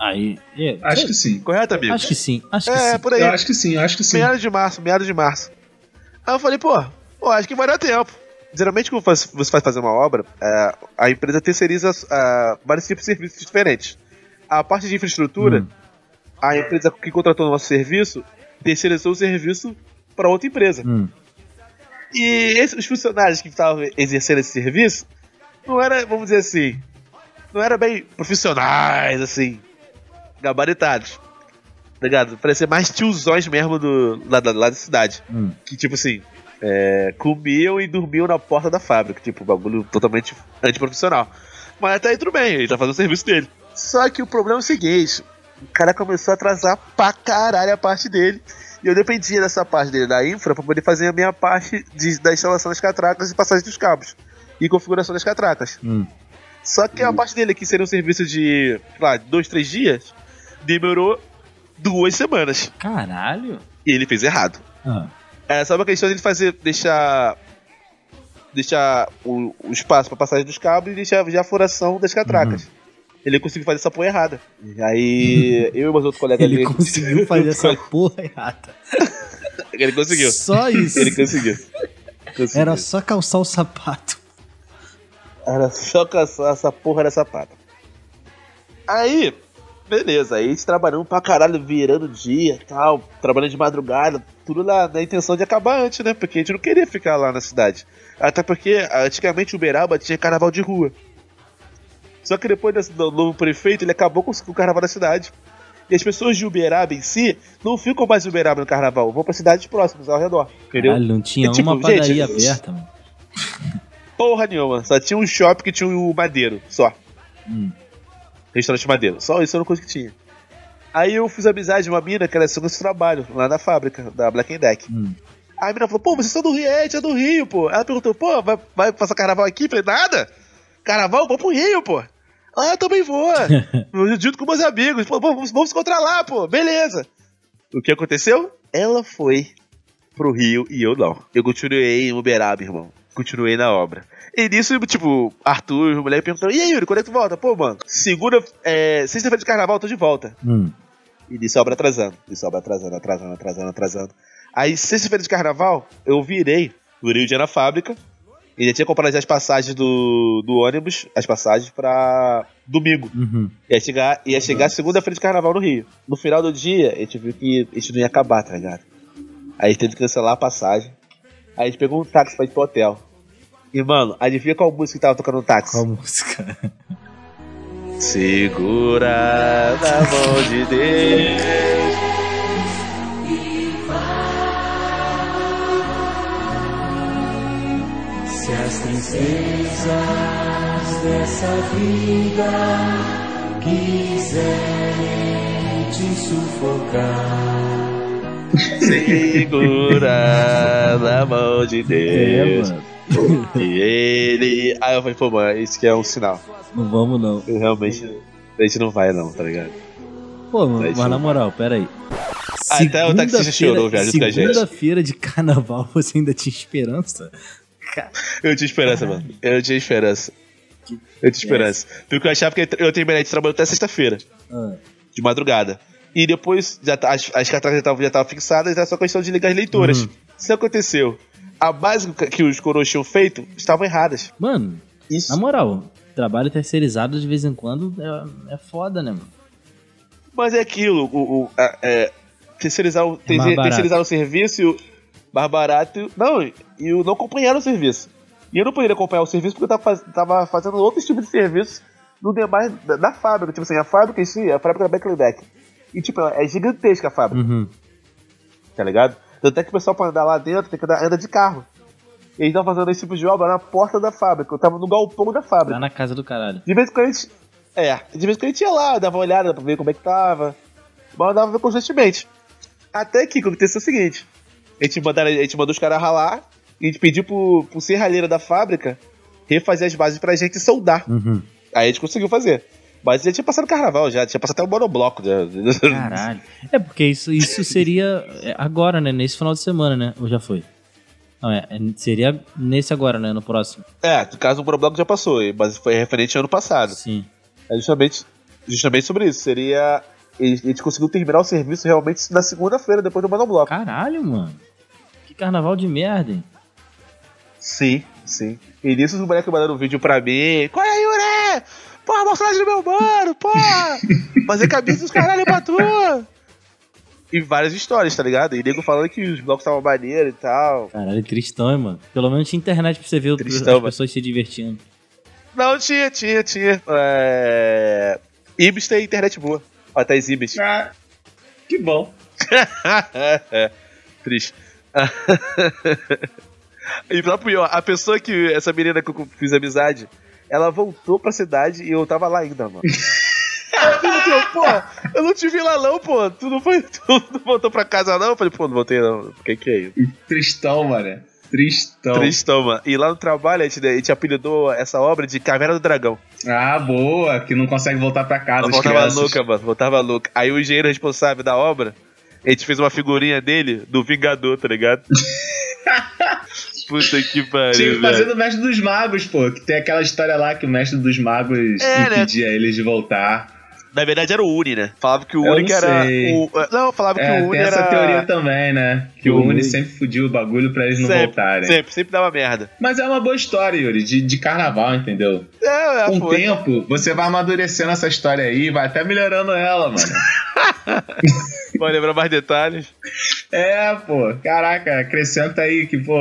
Speaker 5: Aí. é,
Speaker 6: Acho que sim.
Speaker 7: Correto, amigo?
Speaker 5: acho que sim. Acho que
Speaker 7: é,
Speaker 5: sim.
Speaker 7: por aí.
Speaker 6: Eu acho que sim, eu acho que sim.
Speaker 7: Meados de março, meados de março. Aí eu falei, pô, pô, acho que vai dar tempo. Geralmente, quando faz- você vai fazer uma obra, é, a empresa terceiriza ah, vários tipos de serviços diferentes. A parte de infraestrutura,
Speaker 5: Hum.
Speaker 7: a empresa que contratou o nosso serviço terceirizou o serviço para outra empresa.
Speaker 5: Hum.
Speaker 7: E esses- os funcionários que estavam exercendo esse serviço não era, vamos dizer assim, não era bem profissionais, assim, gabaritados. tá Ligado? Parecia mais tiozões mesmo do, lá, da- lá da cidade.
Speaker 5: Hum.
Speaker 7: Que tipo assim, é, comiam e dormiam na porta da fábrica. Tipo, bagulho totalmente antiprofissional. Mas até aí tudo bem, ele tá fazendo o serviço dele. Só que o problema é o seguinte: o cara começou a atrasar pra caralho a parte dele. E eu dependia dessa parte dele da infra pra poder fazer a minha parte de- da instalação das catracas e passagem dos cabos. E configuração das catracas.
Speaker 5: Hum.
Speaker 7: Só que a parte dele aqui seria um serviço de, sei lá, dois, três dias. Demorou duas semanas.
Speaker 5: Caralho.
Speaker 7: E ele fez errado.
Speaker 5: Ah,
Speaker 7: É só uma questão de ele fazer. deixar. deixar o, o espaço pra passagem dos cabos e deixar já a furação das catracas.
Speaker 5: Uhum.
Speaker 7: Ele conseguiu fazer essa
Speaker 5: (laughs)
Speaker 7: porra errada. E Aí eu e meus outros colegas
Speaker 5: ele
Speaker 7: ali.
Speaker 5: conseguiu
Speaker 7: (laughs)
Speaker 5: fazer essa porra errada.
Speaker 7: Ele conseguiu.
Speaker 5: Só isso.
Speaker 7: Ele conseguiu. Conseguiu.
Speaker 5: Era só calçar o sapato.
Speaker 7: Era só caçar essa porra dessa pata. Aí, beleza, aí eles trabalhando pra caralho, virando o dia tal, trabalhando de madrugada, tudo na, na intenção de acabar antes, né? Porque a gente não queria ficar lá na cidade. Até porque antigamente Uberaba tinha carnaval de rua. Só que depois desse- do novo prefeito, ele acabou com o carnaval da cidade. E as pessoas de Uberaba em si não ficam mais em Uberaba no carnaval, vão pra cidades próximas ao redor. Entendeu?
Speaker 5: Caralho, não tinha
Speaker 7: É tipo,
Speaker 5: uma padaria
Speaker 7: gente,
Speaker 5: aberta, mano.
Speaker 7: Porra nenhuma. Só tinha um shopping que tinha o madeiro, só.
Speaker 5: Hum.
Speaker 7: Restaurante madeiro. Só isso era uma coisa que tinha. Aí eu fiz amizade de uma mina que era segunda esse trabalho, lá na fábrica, da Black and Deck.
Speaker 5: Hum.
Speaker 7: Aí a mina falou, pô, vocês são do Rio, é, a gente é do Rio, pô. Ela perguntou, pô, vai, vai passar carnaval aqui? Eu Falei, nada? Carnaval? Vou pro Rio, pô. Ah, eu também
Speaker 5: (laughs)
Speaker 7: vou. Eu junto com meus amigos. Pô, vamos, vamos se encontrar lá, pô. Beleza. O que aconteceu? Ela foi pro Rio e eu não. Eu continuei em Uberaba, irmão. Continuei na obra. E nisso, tipo, Arthur, o moleque perguntou: E aí, Yuri, quando é que tu volta? Pô, mano, segunda. É, Sexta-feira de carnaval, tô de volta.
Speaker 5: Hum.
Speaker 7: E de sobra atrasando. De sobra atrasando, atrasando, atrasando, atrasando. Aí, sexta-feira de carnaval, eu virei. Virei o dia na fábrica. E já tinha comprado já as passagens do, do ônibus, as passagens pra domingo.
Speaker 5: Uhum.
Speaker 7: Ia chegar, ia chegar segunda-feira de carnaval no Rio. No final do dia, a gente viu que a gente não ia acabar, tá ligado? Aí a gente teve que cancelar a passagem. Aí a gente pegou um táxi pra ir pro hotel. E, mano, adivinha qual música que tava tocando no táxi?
Speaker 5: Qual música?
Speaker 7: Segura na mão de Deus. Segura na mão de
Speaker 5: É,
Speaker 7: Deus.
Speaker 5: mano.
Speaker 7: e ele. Aí eu falei, pô, mano, isso que é um sinal.
Speaker 5: Não vamos não.
Speaker 7: Eu realmente. A gente não vai, não, tá ligado?
Speaker 5: Pô, mano,
Speaker 7: Vai
Speaker 5: mas na
Speaker 7: chorar.
Speaker 5: moral, pera aí.
Speaker 7: Até Ah, então o taxista chorou, viado, junto com a gente.
Speaker 5: Segunda-feira de carnaval (laughs) você ainda tinha esperança?
Speaker 7: Eu tinha esperança, mano. Eu tinha esperança. Eu tinha esperança. Porque eu achava que eu terminei de trabalho até sexta-feira,
Speaker 5: Ah,
Speaker 7: de madrugada. E depois já tá- as, as cartacas já estavam já tavam fixadas, era só questão de ligar as leitoras. Isso aconteceu. A base que- que os coroas tinham feito estavam erradas.
Speaker 5: mano,
Speaker 7: Isso.
Speaker 5: na moral, trabalho terceirizado de vez em quando é, é foda, né, mano?
Speaker 7: Mas é aquilo, o, o- a- é, terceirizar, o,
Speaker 5: mais
Speaker 7: terce-
Speaker 5: barato.
Speaker 7: terceirizar o serviço e o mais barato. Não, e o não acompanhar o serviço. E eu não poderia acompanhar o serviço porque eu tava, faz- tava fazendo outro tipo de serviço no demais da, da fábrica. Tipo assim, a fábrica em si, a fábrica da Becklebeck. E tipo, é gigantesca a fábrica,
Speaker 5: Uhum.
Speaker 7: tá ligado? Tanto é que o pessoal pra andar lá dentro tem que andar, anda de carro. Eles estavam fazendo esse tipo de obra na porta da fábrica. Eu tava no galpão da fábrica.
Speaker 5: Lá Tá na casa do caralho.
Speaker 7: De vez em quando a gente. É, de vez em quando a gente ia lá, dava uma olhada pra ver como é que tava. Mas dava ver constantemente. Até que aconteceu o seguinte: a gente, mandaram, a gente mandou os caras ralar, e a gente pediu pro, pro serralheiro da fábrica refazer as bases pra gente soldar.
Speaker 5: Uhum.
Speaker 7: Aí a gente conseguiu fazer. Mas já tinha passado o carnaval, já tinha passado até o monobloco. Já.
Speaker 5: Caralho. É porque isso, isso seria é, agora, né? Nesse final de semana, né? Ou já foi? Não, é, é- seria nesse agora, né? No próximo.
Speaker 7: (laughs) É, no caso o monobloco já passou, e- mas foi referente ao ano passado.
Speaker 5: Sim.
Speaker 7: É justamente, justamente sobre isso. Seria. A gente conseguiu terminar o serviço realmente na segunda-feira, depois do monobloco.
Speaker 5: Caralho, mano. Que carnaval de merda, hein?
Speaker 7: Sim, sim. E nisso os moleques mandaram um vídeo pra mim. Qual é, Yuré? Porra, mostra do meu mano, porra! Fazer cabeça dos caralho pra tu! E várias histórias, tá ligado? E nego falando que os blocos estavam maneiros e tal.
Speaker 5: Caralho, tristão, hein, mano. Pelo menos tinha internet pra você ver o-
Speaker 7: Tristão,
Speaker 5: as
Speaker 7: mano.
Speaker 5: pessoas se divertindo.
Speaker 7: Não, tinha, tinha, tinha. É... Ibis tem internet boa. Ó, tá as Ibis.
Speaker 6: Ah, que bom.
Speaker 7: é, (laughs) triste. e lá pro a pessoa que. Essa menina que eu fiz amizade, ela voltou pra cidade e eu tava lá ainda, mano. Aí Eu falei, pô, eu não te vi lá não, pô. Tu não foi. (laughs) Tu não voltou pra casa não? Eu falei, pô, não voltei não. O que que é isso?
Speaker 6: Tristão, mano. Tristão.
Speaker 7: Tristão, mano. E lá no trabalho a gente, a gente apelidou essa obra de Caverna do Dragão.
Speaker 6: Ah, boa. Que não consegue voltar pra casa.
Speaker 7: Ela
Speaker 6: as
Speaker 7: voltava
Speaker 6: crianças.
Speaker 7: louca, mano. Voltava louca. Aí o engenheiro responsável da obra, a gente fez uma figurinha dele do Vingador,
Speaker 6: (laughs)
Speaker 7: tá ligado? Puta que
Speaker 6: Tinha
Speaker 7: pariu,
Speaker 6: que fazer
Speaker 7: velho.
Speaker 6: do Mestre dos Magos, pô. Que tem aquela história lá que o Mestre dos Magos
Speaker 7: É, né?
Speaker 6: impedia eles de voltar.
Speaker 7: Na verdade era o Uni, né? Falava que o
Speaker 6: Eu
Speaker 7: Uni
Speaker 6: não
Speaker 7: que era.
Speaker 6: sei.
Speaker 7: O... Não, falava
Speaker 6: É,
Speaker 7: que o Uni
Speaker 6: tem essa
Speaker 7: era.
Speaker 6: teoria também, né? Que o
Speaker 5: Uni.
Speaker 6: Uni sempre fudia o bagulho pra eles não né?
Speaker 7: sempre,
Speaker 6: voltarem.
Speaker 7: sempre, sempre dava merda.
Speaker 6: Mas é uma boa história, Yuri, de, de carnaval, entendeu?
Speaker 7: É, é,
Speaker 6: Com o
Speaker 7: foi.
Speaker 6: tempo, você vai amadurecendo essa história aí, vai até melhorando ela, mano.
Speaker 7: Vai lembrar mais detalhes.
Speaker 6: É, pô, caraca, acrescenta aí que, pô,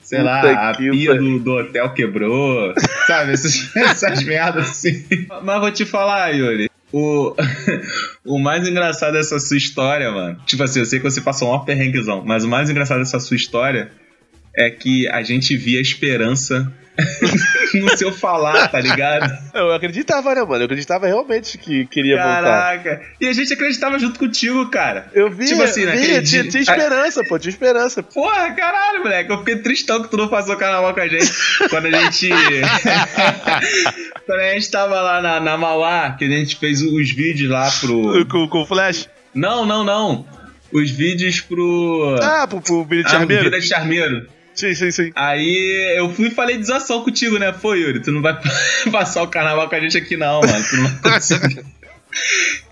Speaker 6: sei
Speaker 7: Puta
Speaker 6: lá, a
Speaker 7: que
Speaker 6: pia do,
Speaker 7: pariu.
Speaker 6: do hotel quebrou, (laughs) sabe? Essas, essas
Speaker 7: (laughs)
Speaker 6: merdas assim. Mas vou te falar, Yuri. O, (laughs) o mais engraçado dessa sua história, mano. Tipo assim, eu sei que você passou um perrenguezão, mas o mais engraçado dessa sua história é que a gente via esperança (laughs) no seu falar, tá ligado?
Speaker 7: Eu acreditava, né, mano? Eu acreditava realmente que queria voltar.
Speaker 6: Caraca. E a gente acreditava junto contigo, cara.
Speaker 7: Eu vi,
Speaker 6: Tipo assim,
Speaker 7: vi,
Speaker 6: naquele
Speaker 7: tinha,
Speaker 6: dia-
Speaker 7: tinha esperança, pô, tinha esperança.
Speaker 6: Porra, caralho, moleque. Eu fiquei tristão que tu não passou carnaval com a gente. Quando a
Speaker 7: (laughs)
Speaker 6: gente. Quando a gente tava lá na, na Mauá, que a gente fez os vídeos lá pro.
Speaker 7: Com, com o Flash.
Speaker 6: Não, não, não. Os vídeos pro.
Speaker 7: Ah, pro, pro Billy
Speaker 6: Ah,
Speaker 7: Charmeiro.
Speaker 6: Vida de Charmeiro.
Speaker 7: Sim, sim, sim.
Speaker 6: Aí eu fui e falei desação contigo, né? Foi, Yuri, tu não vai (laughs) passar o carnaval com a gente aqui não, mano. Tu não vai (laughs) conseguir.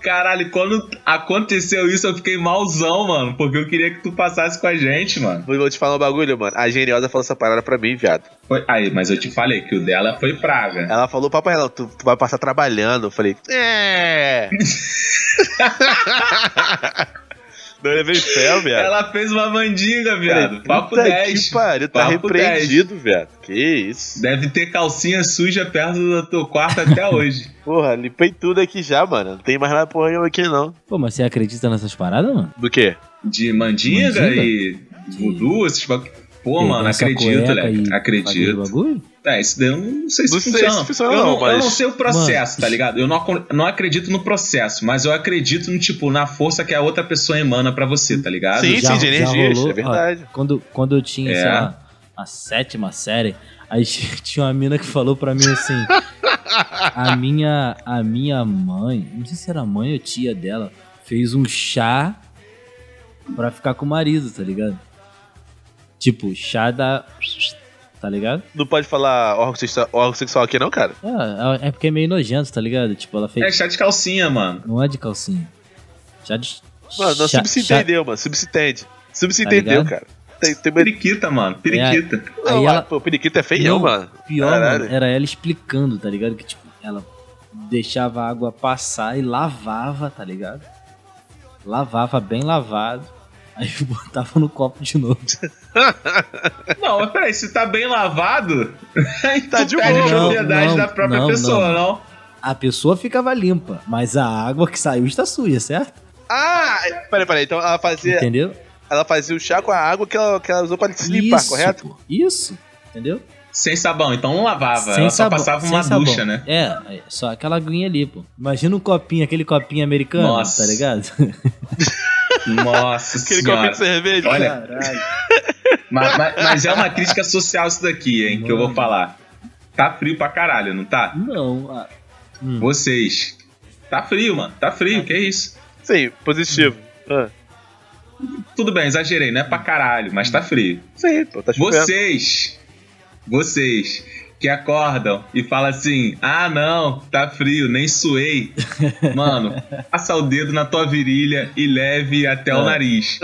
Speaker 6: Caralho, quando aconteceu isso eu fiquei malzão, mano, porque eu queria que tu passasse com a gente, mano.
Speaker 7: Vou vou te falar um bagulho, mano. A geniosa falou essa parada pra mim, viado.
Speaker 6: Foi- Aí, mas eu te falei que o dela foi praga.
Speaker 7: Ela falou, papai, ela, tu, tu vai passar trabalhando. Eu falei,
Speaker 6: (laughs)
Speaker 7: é. Não levei fé, viado.
Speaker 6: Ela fez uma mandinga,
Speaker 7: Falei,
Speaker 6: viado. Papo
Speaker 7: "Puta
Speaker 6: 10.
Speaker 7: Que pariu, tá
Speaker 6: Papo
Speaker 7: repreendido, viado. Que isso.
Speaker 6: Deve ter calcinha suja perto do teu
Speaker 5: (laughs)
Speaker 6: quarto até hoje.
Speaker 7: Porra, limpei tudo aqui já, mano. Não tem mais nada porra nenhuma aqui, não.
Speaker 5: Pô, mas você acredita nessas paradas, mano?
Speaker 7: Do quê?
Speaker 6: De mandinga,
Speaker 5: Mandinga?
Speaker 6: e voodoo, esses bagulho. Pô, mano,
Speaker 5: Essa
Speaker 6: acredito,
Speaker 5: cueca
Speaker 6: Leque.
Speaker 5: e
Speaker 6: Acredito.
Speaker 5: fazer o bagulho?
Speaker 6: É, isso daí eu não sei se
Speaker 7: Não sei
Speaker 6: funciona.
Speaker 7: se funciona
Speaker 6: eu,
Speaker 7: não,
Speaker 6: não, eu
Speaker 7: mas-
Speaker 6: não sei o processo,
Speaker 5: Mano,
Speaker 6: tá ligado? Eu não, acon- não acredito no processo, mas eu acredito no tipo, na força que a outra pessoa emana pra você, tá ligado?
Speaker 7: Sim, Ah, sim, de energia, isso é verdade.
Speaker 5: ó, quando, quando eu tinha,
Speaker 6: É.
Speaker 5: sei lá, a sétima série, aí (laughs) tinha uma mina que falou pra mim assim: a minha, a minha mãe, não sei se era mãe ou tia dela, fez um chá pra ficar com o marido, tá ligado? Tipo, chá da. Tá ligado?
Speaker 7: Não pode falar órgão sexual, órgão sexual aqui, não, cara.
Speaker 5: É, é porque é meio nojento, tá ligado? Tipo, ela
Speaker 6: É
Speaker 5: fez.
Speaker 6: chá de calcinha, mano.
Speaker 5: Não é de calcinha. Chá de.
Speaker 7: Mano, não
Speaker 5: chá- chá-
Speaker 7: subsentendeu, mano. Subsentende. Subsentendeu,
Speaker 5: Tá ligado?
Speaker 7: cara. Tem, tem...
Speaker 6: Periquita, mano. Periquita.
Speaker 7: Não,
Speaker 5: Aí
Speaker 7: ah,
Speaker 5: ela-
Speaker 7: Pô, o periquito é feião,
Speaker 5: Não,
Speaker 7: mano.
Speaker 5: pior,
Speaker 7: Caralho.
Speaker 5: mano, era ela explicando, tá ligado? Que, tipo, ela deixava a água passar e lavava, tá ligado? Lavava bem lavado. (laughs) Aí botava no copo de novo. É.
Speaker 6: Não, mas peraí, se tá bem lavado, aí
Speaker 7: Tá
Speaker 6: tá
Speaker 7: de
Speaker 6: de perde
Speaker 7: boa.
Speaker 6: a propriedade
Speaker 5: Não, não,
Speaker 6: da própria
Speaker 5: não,
Speaker 6: pessoa, não.
Speaker 5: A pessoa ficava limpa, mas a água que saiu está suja, certo?
Speaker 7: Ah, peraí, peraí. Então ela fazia,
Speaker 5: Entendeu?
Speaker 7: ela fazia o chá com a água que ela, que ela usou pra se limpar,
Speaker 5: Isso,
Speaker 7: correto?
Speaker 5: pô, Isso, entendeu?
Speaker 6: Sem sabão, então não lavava. ela só
Speaker 5: sabão,
Speaker 6: passava
Speaker 5: sem
Speaker 6: uma
Speaker 5: sabão.
Speaker 6: ducha, né?
Speaker 5: É, é, só aquela aguinha ali, pô. Imagina um copinho, aquele copinho americano,
Speaker 6: Nossa.
Speaker 5: tá ligado?
Speaker 6: (laughs) Nossa
Speaker 7: Aquele copinho de
Speaker 6: senhora.
Speaker 7: cerveja.
Speaker 6: Olha,
Speaker 5: Caralho.
Speaker 6: mas, mas- mas é uma crítica social isso daqui, hein, que eu vou
Speaker 5: Mano.
Speaker 6: falar. Tá frio pra caralho, não tá?
Speaker 5: Não, ah,
Speaker 6: Hum. Vocês. Tá frio, mano. Tá frio, que isso?
Speaker 7: Sim, positivo. Ah,
Speaker 6: Tudo bem, exagerei, não é pra caralho, mas tá frio.
Speaker 7: sim, pô, tá chovendo.
Speaker 6: Vocês, vocês que acordam e falam assim: ah, não, tá frio,
Speaker 5: (laughs)
Speaker 6: nem suei. Mano, passa o dedo na tua virilha e leve até o
Speaker 5: É. (laughs)
Speaker 6: nariz.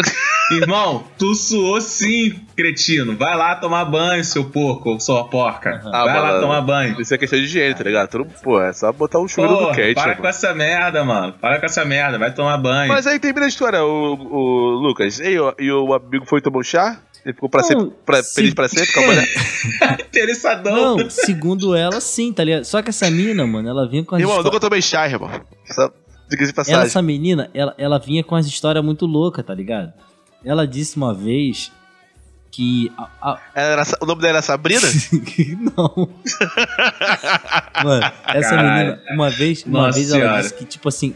Speaker 6: Irmão, tu suou sim, cretino. Vai lá tomar banho, seu porco, ou sua porca.
Speaker 5: Uhum.
Speaker 7: Ah,
Speaker 6: Vai lá
Speaker 7: malandro.
Speaker 6: tomar banho.
Speaker 7: Isso é questão de higiene, tá ligado? Todo, pô, é só botar um chuveiro
Speaker 6: Pô,
Speaker 7: no quente,
Speaker 6: para
Speaker 7: mano.
Speaker 6: com essa merda, mano. Para com essa merda, vai tomar banho.
Speaker 7: Mas aí termina a história, o, o Lucas. E, o, e o amigo foi tomar um chá? Ele ficou pra
Speaker 5: Não,
Speaker 7: sempre, pra,
Speaker 5: se-
Speaker 7: feliz pra sempre?
Speaker 5: (laughs)
Speaker 7: Calma, né?
Speaker 6: Interessadão.
Speaker 5: não, segundo ela, sim, tá ligado? Só que essa mina, mano, ela vinha com as
Speaker 7: Irmão,
Speaker 5: histó-
Speaker 7: nunca tomei chá, irmão. Só diga-se de
Speaker 5: Ela,
Speaker 7: passagem.
Speaker 5: essa menina, ela, ela vinha com as histórias muito loucas, tá ligado? Ela disse uma vez que. a- a-
Speaker 7: Ela era Sa- o nome dela era Sabrina?
Speaker 5: que (laughs) não. Mano, essa
Speaker 6: Caralho.
Speaker 5: menina, uma vez, uma
Speaker 6: Nossa
Speaker 5: vez ela
Speaker 6: Senhora.
Speaker 5: disse que, tipo assim.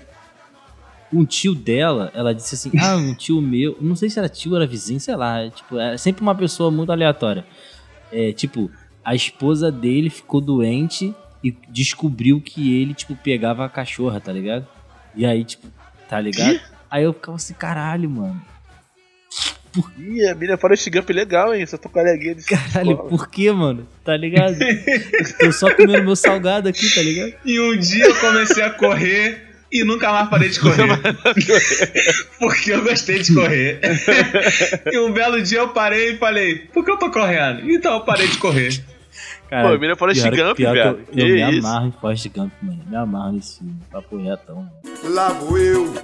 Speaker 5: Um tio dela, ela disse assim: Ah, um tio meu. Não sei se era tio, era vizinho, sei lá. Tipo, era sempre uma pessoa muito aleatória. É, tipo, a esposa dele ficou doente e descobriu que ele, tipo, pegava a cachorra, tá ligado? E aí, tipo, tá ligado? Aí eu ficava assim, caralho, mano.
Speaker 7: (laughs) Ih, a mina fala o up legal, hein? Só tô coleguinha de
Speaker 5: Caralho,
Speaker 7: escola.
Speaker 5: por que, mano? Tá ligado? Tô só comendo meu salgado aqui, tá ligado?
Speaker 6: E um dia eu comecei a correr e nunca mais parei de correr. (laughs) Porque eu gostei de correr. e um belo dia eu parei e falei, por que eu tô correndo? Então eu parei de correr.
Speaker 5: Cara,
Speaker 7: Pô, mira Forrest
Speaker 5: pior-
Speaker 7: Gump,
Speaker 5: pior que
Speaker 7: velho.
Speaker 5: Eu, eu
Speaker 7: Que
Speaker 5: me
Speaker 7: isso?
Speaker 5: amarro em Forrest Gump, mano. Me amarro nesse filme. Papo retão, mano.
Speaker 8: Lá vou eu,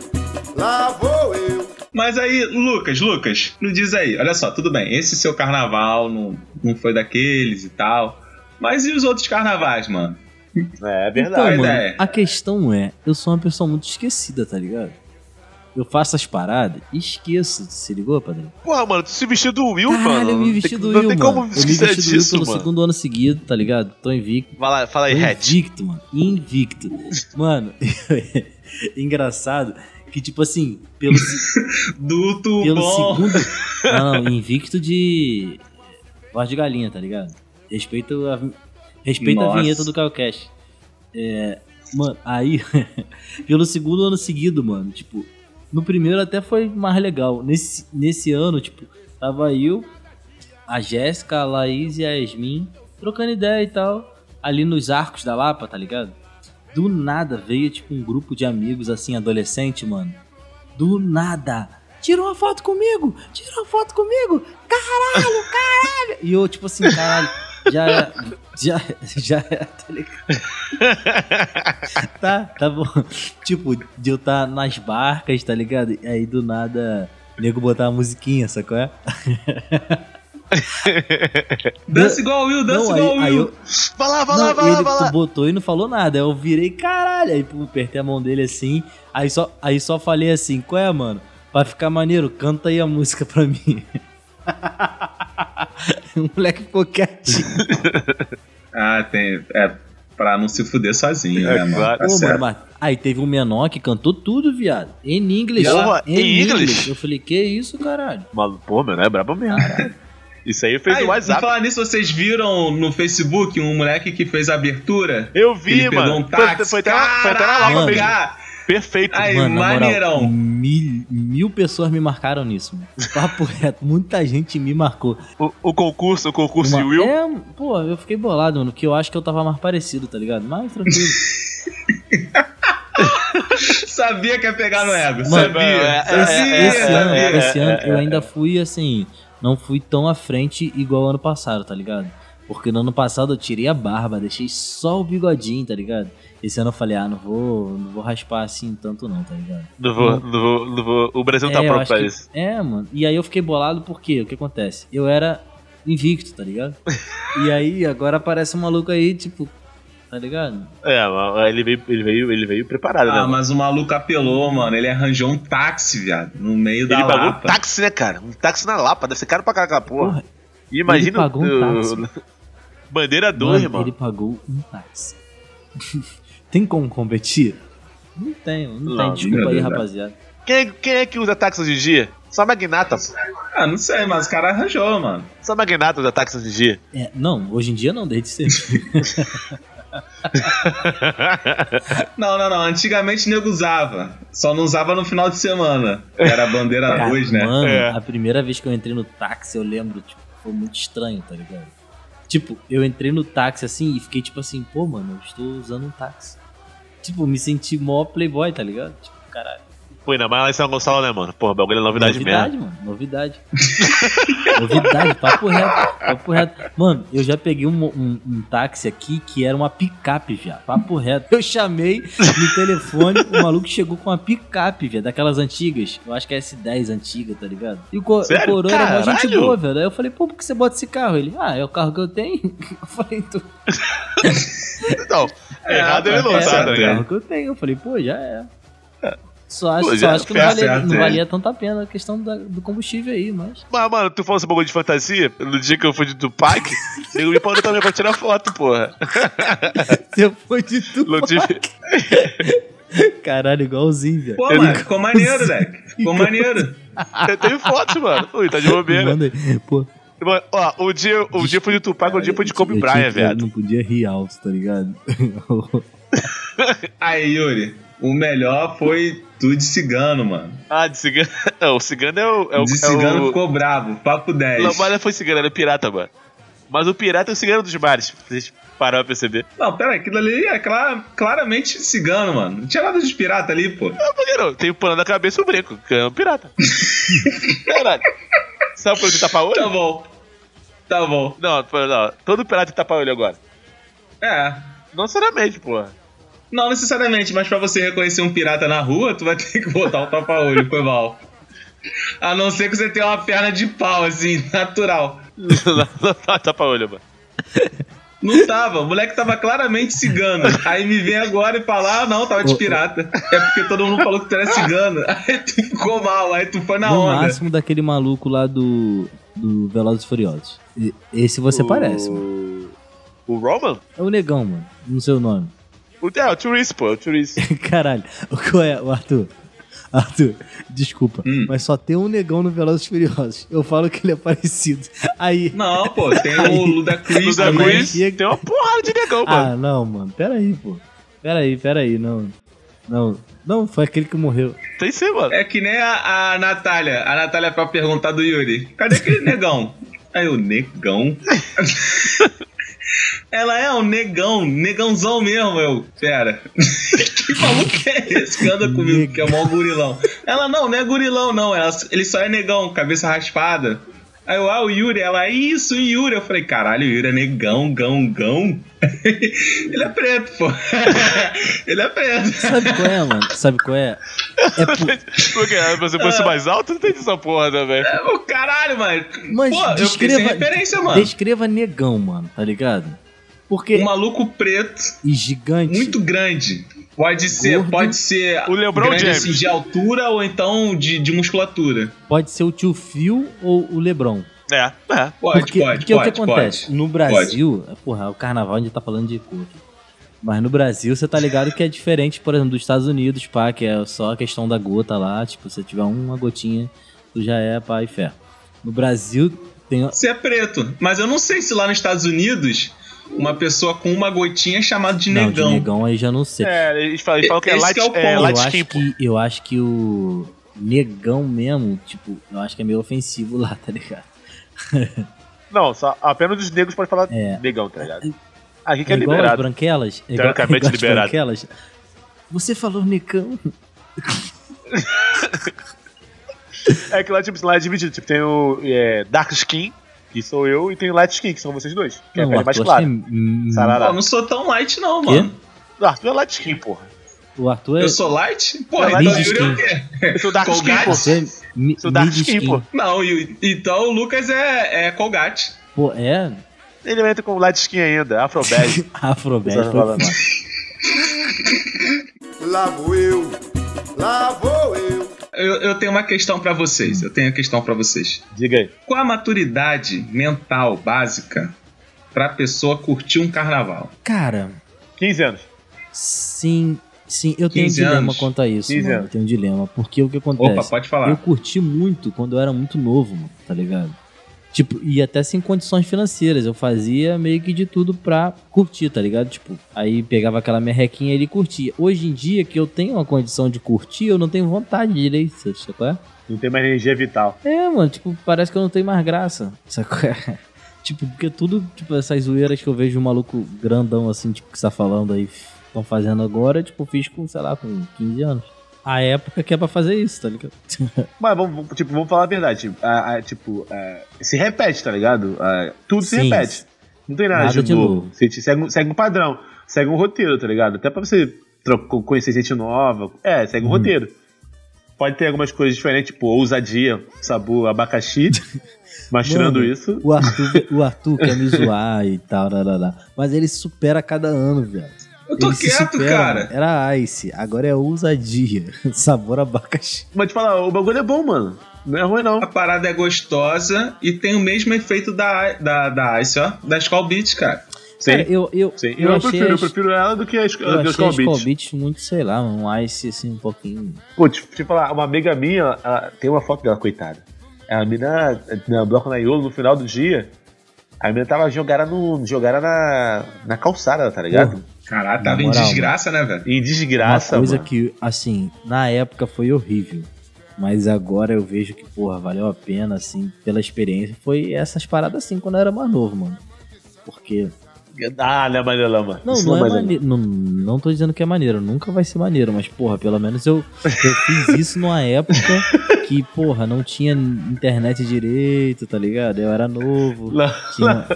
Speaker 8: lá vou eu.
Speaker 6: Mas aí, Lucas, Lucas, me diz aí, olha só, tudo bem, esse seu carnaval não, não foi daqueles e tal. Mas e os outros carnavais, mano?
Speaker 7: É, é
Speaker 5: Então,
Speaker 6: Boa
Speaker 5: mano,
Speaker 6: ideia.
Speaker 5: a questão é, eu sou uma pessoa muito esquecida, tá ligado? Eu faço as paradas e esqueço. Se ligou, padrinho?
Speaker 7: Porra, mano, tu se vestiu do Will, mano.
Speaker 5: Caralho, eu me vesti
Speaker 7: Tem-
Speaker 5: do
Speaker 7: Não
Speaker 5: Will,
Speaker 7: tem
Speaker 5: mano.
Speaker 7: como
Speaker 5: eu me
Speaker 7: esquecer
Speaker 5: vesti do Will
Speaker 7: disso,
Speaker 5: pelo
Speaker 7: mano.
Speaker 5: segundo ano seguido, tá ligado? Tô invicto.
Speaker 7: Vai lá, fala aí,
Speaker 5: Tô
Speaker 7: Red.
Speaker 5: Invicto, mano. Invicto. Mano, (laughs) engraçado que, tipo assim, pelo,
Speaker 7: (laughs)
Speaker 6: Duto,
Speaker 5: pelo
Speaker 6: bom.
Speaker 5: segundo. Não, não, invicto de. Voz de galinha, tá ligado? Respeita a, respeita a
Speaker 6: Nossa.
Speaker 5: vinheta do Calcash. É. Mano, aí. (laughs) pelo segundo ano seguido, mano. Tipo, no primeiro até foi mais legal. Nesse, nesse ano, tipo, tava eu, a Jéssica, a Laís e a Yasmin trocando ideia e tal. Ali nos arcos da Lapa, tá ligado? Do nada veio, tipo, um grupo de amigos, assim, adolescente, mano. Do nada. Tirou uma foto comigo! Tirou uma foto comigo! Caralho, caralho! E eu, tipo assim, caralho, já. é, Já. Já. Tá ligado? Tá, tá bom. Tipo, de eu tá nas barcas, tá ligado? E aí do nada. o Nego botar uma musiquinha, sacou? É?
Speaker 6: Dança igual o Will, dança
Speaker 5: Não,
Speaker 6: igual o
Speaker 5: aí, aí
Speaker 6: Will.
Speaker 5: eu,
Speaker 7: Vai lá, vai
Speaker 5: Não,
Speaker 7: lá, vai lá,
Speaker 5: ele
Speaker 7: vai lá.
Speaker 5: botou e não falou nada. Aí Eu virei, caralho. Aí pô, apertei a mão dele assim. Aí só, aí só falei assim: qual é, mano? Pra ficar maneiro, canta aí a música pra mim. (laughs) o moleque ficou quietinho.
Speaker 6: Ah, tem. É, pra não se fuder sozinho, né, mano?
Speaker 7: claro.
Speaker 6: Tá
Speaker 5: Ô,
Speaker 6: certo.
Speaker 5: mano, mas- aí teve um menor que cantou tudo, viado. In English.
Speaker 7: Porra,
Speaker 5: in
Speaker 7: in English?
Speaker 5: Eu falei: que isso, caralho?
Speaker 7: Mano, pô, meu,
Speaker 5: né?
Speaker 7: é brabo mesmo. Isso aí fez
Speaker 6: Ah, e-
Speaker 7: no
Speaker 6: e
Speaker 7: WhatsApp.
Speaker 6: falar nisso, vocês viram no Facebook um moleque que fez a abertura?
Speaker 7: Eu vi,
Speaker 6: ele
Speaker 7: mano.
Speaker 6: pegou um
Speaker 7: Foi-
Speaker 6: táxi.
Speaker 7: foi até lá- foi até lá,
Speaker 6: Caraca,
Speaker 5: mano.
Speaker 6: pegar.
Speaker 7: Perfeito.
Speaker 6: Aí,
Speaker 5: Mano, na moral,
Speaker 6: maneirão.
Speaker 5: mil, mil pessoas me marcaram nisso, mano. Papo (laughs) reto, muita gente me marcou.
Speaker 7: O, o concurso, o concurso
Speaker 5: Uma-
Speaker 7: de Will.
Speaker 5: É, pô, eu fiquei bolado, mano, que eu acho que eu tava mais parecido, tá ligado? Mais tranquilo.
Speaker 6: Sabia que ia pegar no ego.
Speaker 5: Mano,
Speaker 6: sabia.
Speaker 7: é, é,
Speaker 5: esse,
Speaker 6: sabia.
Speaker 5: esse
Speaker 7: é,
Speaker 5: ano,
Speaker 7: é,
Speaker 5: esse ano eu ainda fui assim, não fui tão à frente igual ano passado, tá ligado? Porque no ano passado eu tirei a barba, deixei só o bigodinho, tá ligado? Esse ano eu falei, ah, não vou, não vou raspar assim tanto não, tá ligado? É,
Speaker 7: Não vou, não vou, não vou. O Brasil não tá
Speaker 5: eu
Speaker 7: pronto
Speaker 5: acho
Speaker 7: pra
Speaker 5: que-
Speaker 7: isso.
Speaker 5: É, mano. E aí eu fiquei bolado porque o que acontece? Eu era invicto, tá
Speaker 7: (laughs)
Speaker 5: ligado? e aí agora aparece um maluco aí, tipo, tá ligado?
Speaker 7: É, mas ele veio, ele veio, ele veio preparado, né?
Speaker 6: Ah,
Speaker 7: mano?
Speaker 6: mas o maluco apelou, mano. Ele arranjou um táxi, viado, no meio da
Speaker 7: Ele pagou um
Speaker 6: Lapa.
Speaker 7: táxi, né, cara? Um táxi na Lapa, deve ser caro pra caraca, porra.
Speaker 5: Porra,
Speaker 7: E imagina
Speaker 5: ele pagou um
Speaker 7: o- Bandeira 2,
Speaker 5: Mano,
Speaker 7: irmão.
Speaker 5: Ele pagou um táxi. (laughs) tem como competir? Não tem, mano. não,
Speaker 7: Não,
Speaker 5: tem. Desculpa
Speaker 6: meu
Speaker 5: aí,
Speaker 6: Deus,
Speaker 5: rapaziada.
Speaker 7: Quem, é- quem é que usa táxi hoje em dia? Só magnata, pô.
Speaker 6: Ah, não sei, mas o cara arranjou, mano.
Speaker 7: Só magnata usa táxi hoje em dia.
Speaker 5: É, não, hoje em dia não, desde
Speaker 7: (laughs)
Speaker 5: sempre.
Speaker 6: Não, não, não. Antigamente nego usava. Só não usava no final de semana. que Era
Speaker 5: (laughs)
Speaker 6: a bandeira 2, né?
Speaker 5: Mano,
Speaker 7: É.
Speaker 5: a primeira vez que eu entrei no táxi, eu lembro, tipo, foi muito estranho, tá ligado? Tipo, eu entrei no táxi assim e fiquei tipo assim, pô, mano, eu estou usando um táxi. Tipo, me senti mó playboy, tá ligado? Tipo, caralho.
Speaker 7: Pô, ainda mais lá em São Gonçalo, né, mano? Porra, bagulho é novidade, mesmo.
Speaker 5: Novidade, mano. Novidade. (laughs) novidade, papo reto. Papo reto. Mano, eu já peguei um, um- um táxi aqui que era uma picape, viado. Papo reto. Eu chamei no telefone, o maluco chegou com uma picape, viado. Daquelas antigas. Eu acho que é S10 antiga, tá ligado? E o, co o
Speaker 7: Sério?
Speaker 5: coroa era uma gente
Speaker 7: Caralho!
Speaker 5: boa, velho. Aí eu falei, pô, por que você bota esse carro? Ele, ah, é o carro que eu tenho. (laughs) Eu falei, tu.
Speaker 7: Então, errado ele não
Speaker 5: É,
Speaker 7: tá,
Speaker 6: certo,
Speaker 7: tá
Speaker 5: é o
Speaker 7: ligado?
Speaker 5: carro que eu tenho. Eu falei, pô, já é. Só acho,
Speaker 7: Pô,
Speaker 5: só
Speaker 7: já né?
Speaker 5: acho que não
Speaker 6: tá
Speaker 5: valia,
Speaker 6: certo,
Speaker 5: não
Speaker 6: é.
Speaker 5: valia tanta pena a questão da- do combustível aí, mas.
Speaker 7: Mas, mano, tu falou esse bagulho de fantasia? No dia que eu fui de Tupac, nego me parou também pra tirar foto, porra.
Speaker 5: Depois de tudo.
Speaker 7: Não tive.
Speaker 5: Caralho, igualzinho, velho.
Speaker 6: Pô, mano, ficou
Speaker 5: (laughs)
Speaker 6: maneiro, moleque. Ficou maneiro.
Speaker 7: Eu tenho foto, mano. Ui, tá de bobeira.
Speaker 5: Manda aí. Pô,
Speaker 7: Mano, ó, o dia, o dia foi de Tupac, o dia foi É tipo de Kobe
Speaker 5: eu tinha
Speaker 7: Bryant,
Speaker 5: que-
Speaker 7: velho.
Speaker 5: Não podia rir alto, tá ligado? (laughs)
Speaker 6: Aí, Yuri, o melhor foi tu de cigano, mano.
Speaker 7: Ah, de cigano. Não, o cigano é o. É o
Speaker 6: de
Speaker 7: é
Speaker 6: cigano
Speaker 7: o...
Speaker 6: ficou bravo. Papo 10.
Speaker 7: Não, mas não foi cigano, era pirata, mano. Mas o pirata é o cigano dos bares. Vocês pararam pra perceber.
Speaker 6: Não, pera, aquilo ali é clara- claramente cigano, mano. Não tinha nada de pirata ali, pô.
Speaker 7: Não, porque não. É, Tem o pano na cabeça e o brinco, que é um pirata. Caralho. Sabe por que tapa olho?
Speaker 6: Tá bom. Tá bom.
Speaker 7: Não, pô, não. Todo pirata tapa olho agora.
Speaker 6: É.
Speaker 7: Não sinceramente, porra.
Speaker 6: Não necessariamente, mas pra você reconhecer um pirata na rua, tu vai ter que botar o tapa-olho, foi mal. A não ser que você tenha uma perna de pau, assim, (laughs) natural.
Speaker 7: não, não, não (laughs) tapa olho, mano.
Speaker 6: Não tava, o moleque tava claramente cigano. Aí me vem agora e fala, ah, não, tava de pirata. É porque todo mundo falou que tu era cigano. (laughs) Aí tu ficou mal, aí tu foi na
Speaker 5: no
Speaker 6: onda.
Speaker 5: máximo daquele maluco lá do. Do Velozes e Furiosos. E- Esse você parece, mano.
Speaker 7: O Roman?
Speaker 5: É o negão, mano. Não sei o nome. (laughs)
Speaker 7: O, é, o Turice, pô. O Turice.
Speaker 5: Caralho. O qual é? O Arthur. Arthur, desculpa.
Speaker 6: Hum.
Speaker 5: Mas só tem um negão no Velozes e Furiosos. Eu falo que ele é parecido. Aí.
Speaker 6: Não, pô, tem o Luda
Speaker 7: O
Speaker 6: Chris
Speaker 7: da
Speaker 5: Luda
Speaker 6: também.
Speaker 5: Chris.
Speaker 7: Grease tem uma porrada de negão, mano.
Speaker 5: Ah, não, mano. Pera aí, pô. Pera aí, pera aí. Não. Não. Não, foi aquele que morreu.
Speaker 7: Tem sim, mano.
Speaker 6: É que nem a, a Natália. A Natália pra perguntar do Yuri. Cadê aquele negão? Aí o negão. Ela é um negão, negãozão mesmo, eu. Pera. (laughs) que maluco é esse que anda comigo, que é o maior gurilão? Ela não, não é gurilão, não. Ela, ele só é negão, cabeça raspada. Aí eu, ah, o Yuri, ela, isso, o Yuri. Eu falei, caralho, o Yuri é negão, gão, gão. (laughs) ele é preto, pô. (laughs) ele é preto. (laughs)
Speaker 5: Sabe qual é, mano? Sabe qual é?
Speaker 7: Porque ah, se eu fosse mais alto, não tem essa porra também.
Speaker 6: Ô, Caralho, mano.
Speaker 5: Mas
Speaker 6: Pô, eu fiquei
Speaker 5: descreva.
Speaker 6: sem referência, mano.
Speaker 5: Descreva negão, mano, tá ligado? Porque.
Speaker 6: Um maluco preto,
Speaker 5: E gigante.
Speaker 6: muito grande. Pode ser,
Speaker 5: Gordo.
Speaker 6: pode ser
Speaker 7: O LeBron
Speaker 6: grande
Speaker 7: James.
Speaker 6: assim, de altura ou então de, de musculatura.
Speaker 5: Pode ser o tio Phil ou o Lebron.
Speaker 7: É, é.
Speaker 6: Pode,
Speaker 5: porque
Speaker 6: pode,
Speaker 5: porque
Speaker 6: pode,
Speaker 5: o que acontece?
Speaker 6: pode.
Speaker 5: No Brasil, porra, o carnaval a gente tá falando de cor. Mas no Brasil, você tá ligado que é diferente, por exemplo, dos Estados Unidos, pá, que é só a questão da gota lá. Tipo, se tiver uma gotinha, tu já é, pá, e fé. No Brasil, tem.
Speaker 6: Você é preto, mas eu não sei se lá nos Estados Unidos uma pessoa com uma gotinha é chamada de
Speaker 5: Não, de
Speaker 6: negão.
Speaker 5: negão aí já não sei.
Speaker 7: É, eles falam, eles falam que é
Speaker 6: Esse
Speaker 7: light,
Speaker 6: que é o
Speaker 7: é
Speaker 6: ponto.
Speaker 7: light
Speaker 5: eu
Speaker 7: skin,
Speaker 5: acho
Speaker 7: pô.
Speaker 5: que eu acho que o negão mesmo, tipo, eu acho que é meio ofensivo lá, tá ligado?
Speaker 7: Não, só apenas os negros podem falar
Speaker 5: É.
Speaker 7: negão, tá ligado? Aqui que é,
Speaker 5: é igual as
Speaker 7: liberado.
Speaker 5: branquelas, é igual, é
Speaker 7: Teoricamente
Speaker 5: (laughs) igual as
Speaker 7: liberado.
Speaker 5: branquelas. Você falou negão?
Speaker 7: É que lá, tipo, lá é dividido. Tipo, tem o é, Dark Skin, que que sou eu, e tem o Light Skin, que são vocês dois. Que é a
Speaker 5: Não,
Speaker 7: pele mais
Speaker 5: Arthur,
Speaker 7: clara.
Speaker 5: acho que é- hum,
Speaker 7: Sarará.
Speaker 6: Pô, não sou tão light, não,
Speaker 5: Quê?
Speaker 6: mano.
Speaker 7: Não, Arthur é Light Skin, porra.
Speaker 5: o Arthur é.
Speaker 6: Eu sou light? Porra,
Speaker 7: É
Speaker 6: então o
Speaker 5: light
Speaker 6: Yuri é o quê?
Speaker 7: Eu sou Dark Skin,
Speaker 6: Colgate?
Speaker 7: porra.
Speaker 5: Você é mi-
Speaker 7: Eu sou Dark
Speaker 5: mid
Speaker 7: Skin, pô.
Speaker 6: Não, Yuri- então o Lucas é, é Colgate.
Speaker 5: Pô, é. (laughs)
Speaker 7: Ele entra com Light Skin ainda, Afrobad.
Speaker 5: Afrobad
Speaker 7: Só
Speaker 5: foi
Speaker 7: tá falando.
Speaker 5: foda.
Speaker 8: Lá vou eu, lá vou eu.
Speaker 6: Eu, eu tenho uma questão pra vocês. Eu tenho uma questão pra vocês.
Speaker 7: Diga aí.
Speaker 6: Qual a maturidade mental básica pra pessoa curtir um carnaval?
Speaker 5: Cara,
Speaker 7: 15 anos.
Speaker 5: sim. Sim, eu tenho um
Speaker 6: 15
Speaker 5: dilema
Speaker 6: anos.
Speaker 5: quanto a isso,
Speaker 7: 15
Speaker 5: mano. Eu
Speaker 7: anos.
Speaker 5: tenho um dilema. Porque o que acontece?
Speaker 6: Opa, pode falar.
Speaker 5: É. Eu curti muito quando eu era muito novo, mano, tá ligado? Tipo, e até sem condições financeiras. Eu fazia meio que de tudo pra curtir, tá ligado? Tipo, aí pegava aquela merrequinha ali e curtia. Hoje em dia, que eu tenho uma condição de curtir, eu não tenho vontade direito, sabe qual é?
Speaker 7: Não tem mais energia vital.
Speaker 5: É, mano, tipo, parece que eu não tenho mais graça. Sacou? (laughs) tipo, porque tudo, tipo, essas zoeiras que eu vejo um maluco grandão assim, tipo, que tá falando aí, estão fazendo agora, tipo, fiz com, sei lá, com 15 anos. A época que é pra fazer isso, tá ligado?
Speaker 7: Mas vamos, vamos- tipo, vamos falar a verdade. Tipo, a- a- tipo, a- se repete, tá ligado? A- tudo se
Speaker 5: Sim.
Speaker 7: repete. Não tem nada, de, novo. Você te- segue, um- segue um padrão, segue um roteiro, tá ligado? Até pra você tro- co- conhecer gente nova. É, segue um
Speaker 5: Uhum.
Speaker 7: roteiro. Pode ter algumas coisas diferentes, tipo ousadia,
Speaker 5: (laughs)
Speaker 7: sabor, abacaxi. Mas tirando isso,
Speaker 5: O Arthur, o Arthur quer me zoar e tal, lá, lá, lá. mas ele se supera a cada ano, velho.
Speaker 6: Eu tô
Speaker 5: Ele se
Speaker 6: quieto,
Speaker 5: supera, né? mano.
Speaker 6: cara.
Speaker 5: Era Ice, agora é ousadia. (laughs) Sabor abacaxi.
Speaker 7: mas te falar, o bagulho é bom, mano. Não é ruim, não.
Speaker 6: A parada é gostosa e tem o mesmo efeito da, da, da Ice, ó. Da Skull Beats, cara.
Speaker 7: Sim,
Speaker 5: Cara, eu, eu,
Speaker 7: sim.
Speaker 5: eu,
Speaker 7: Eu,
Speaker 5: achei
Speaker 7: prefiro, eu
Speaker 5: as-
Speaker 7: prefiro ela do que a, Sk-
Speaker 5: eu
Speaker 7: do que a
Speaker 5: achei
Speaker 7: Skull
Speaker 5: as Skull
Speaker 7: Beat.
Speaker 5: Beats muito, sei lá, um Ice assim, um pouquinho.
Speaker 7: Pô, te, te falar, uma amiga minha, ela, tem uma foto dela, coitada. A mina, na bloco na Iolo, no final do dia, a mina tava jogada, no, jogada na, na calçada, tá ligado?
Speaker 6: Caralho,
Speaker 5: Na
Speaker 6: tava em
Speaker 5: moral,
Speaker 6: desgraça, né, velho?
Speaker 7: Em desgraça,
Speaker 5: uma coisa
Speaker 7: mano.
Speaker 5: que, assim, na época foi horrível. Mas agora eu vejo que, porra, valeu a pena, assim, pela experiência. Foi essas paradas assim quando eu era mais novo, mano. Porque
Speaker 7: Ah, não é maneiro, não, mano.
Speaker 5: Não,
Speaker 7: Isso
Speaker 5: não, é
Speaker 7: maneiro.
Speaker 5: maneiro. Não, não tô dizendo que é maneiro, nunca vai ser maneiro, mas, porra, pelo menos eu, eu fiz isso numa época que, porra, não tinha internet direito, tá ligado? Eu era novo.
Speaker 7: Não.
Speaker 5: Tinha... um, ah,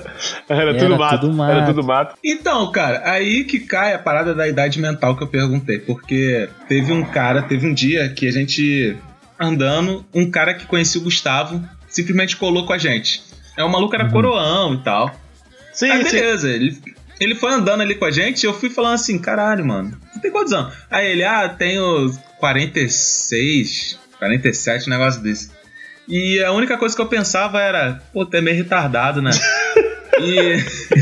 Speaker 7: Era,
Speaker 5: Era
Speaker 7: tudo, mato,
Speaker 5: tudo
Speaker 7: Era
Speaker 5: mato.
Speaker 7: tudo mato.
Speaker 6: Então, cara, aí que cai a parada da idade mental que eu perguntei, porque teve um cara, teve um dia que a gente andando, um cara que conhecia o Gustavo simplesmente colou com a gente. É o maluco era
Speaker 5: Uhum.
Speaker 6: coroão e tal.
Speaker 7: Sim,
Speaker 6: aí
Speaker 7: sim.
Speaker 6: beleza, ele, ele foi andando ali com a gente e eu fui falando assim, caralho, mano, tu tem quantos anos? Aí ele, ah, tenho 46, 47, um negócio desse. E a única coisa que eu pensava era, pô, tu é meio retardado, né? e...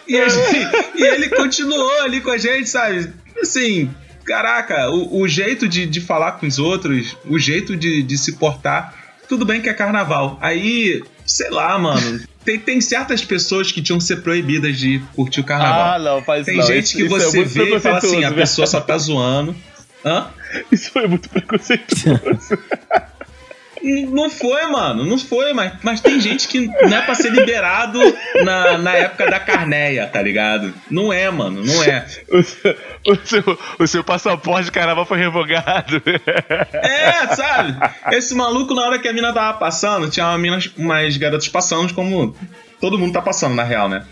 Speaker 6: (laughs) e, a gente- e ele continuou ali com a gente, sabe? Assim, caraca, o, o jeito de, de falar com os outros, o jeito de, de se portar, tudo bem que é carnaval. Aí, sei lá, mano, tem, tem certas pessoas que tinham que ser proibidas de curtir o carnaval.
Speaker 7: Ah, não, faz
Speaker 6: tem
Speaker 7: não.
Speaker 6: gente
Speaker 7: Isso-
Speaker 6: que
Speaker 7: isso é
Speaker 6: você
Speaker 7: muito
Speaker 6: vê e fala
Speaker 7: preconceituoso, né?
Speaker 6: assim, a
Speaker 7: velho.
Speaker 6: pessoa só tá zoando. Hã?
Speaker 7: (laughs) Isso foi
Speaker 5: (laughs)
Speaker 7: muito preconceituoso.
Speaker 6: N- Não foi, mano, não foi, mas, mas tem gente que não é pra ser liberado na, na época da carneia, tá ligado? Não é, mano, não é.
Speaker 7: o, seu, o, seu, o seu passaporte de carnaval foi revogado.
Speaker 6: É, sabe? Esse maluco, na hora que a mina tava passando, tinha uma mina, umas garotas passando, como todo mundo tá passando, na real, né?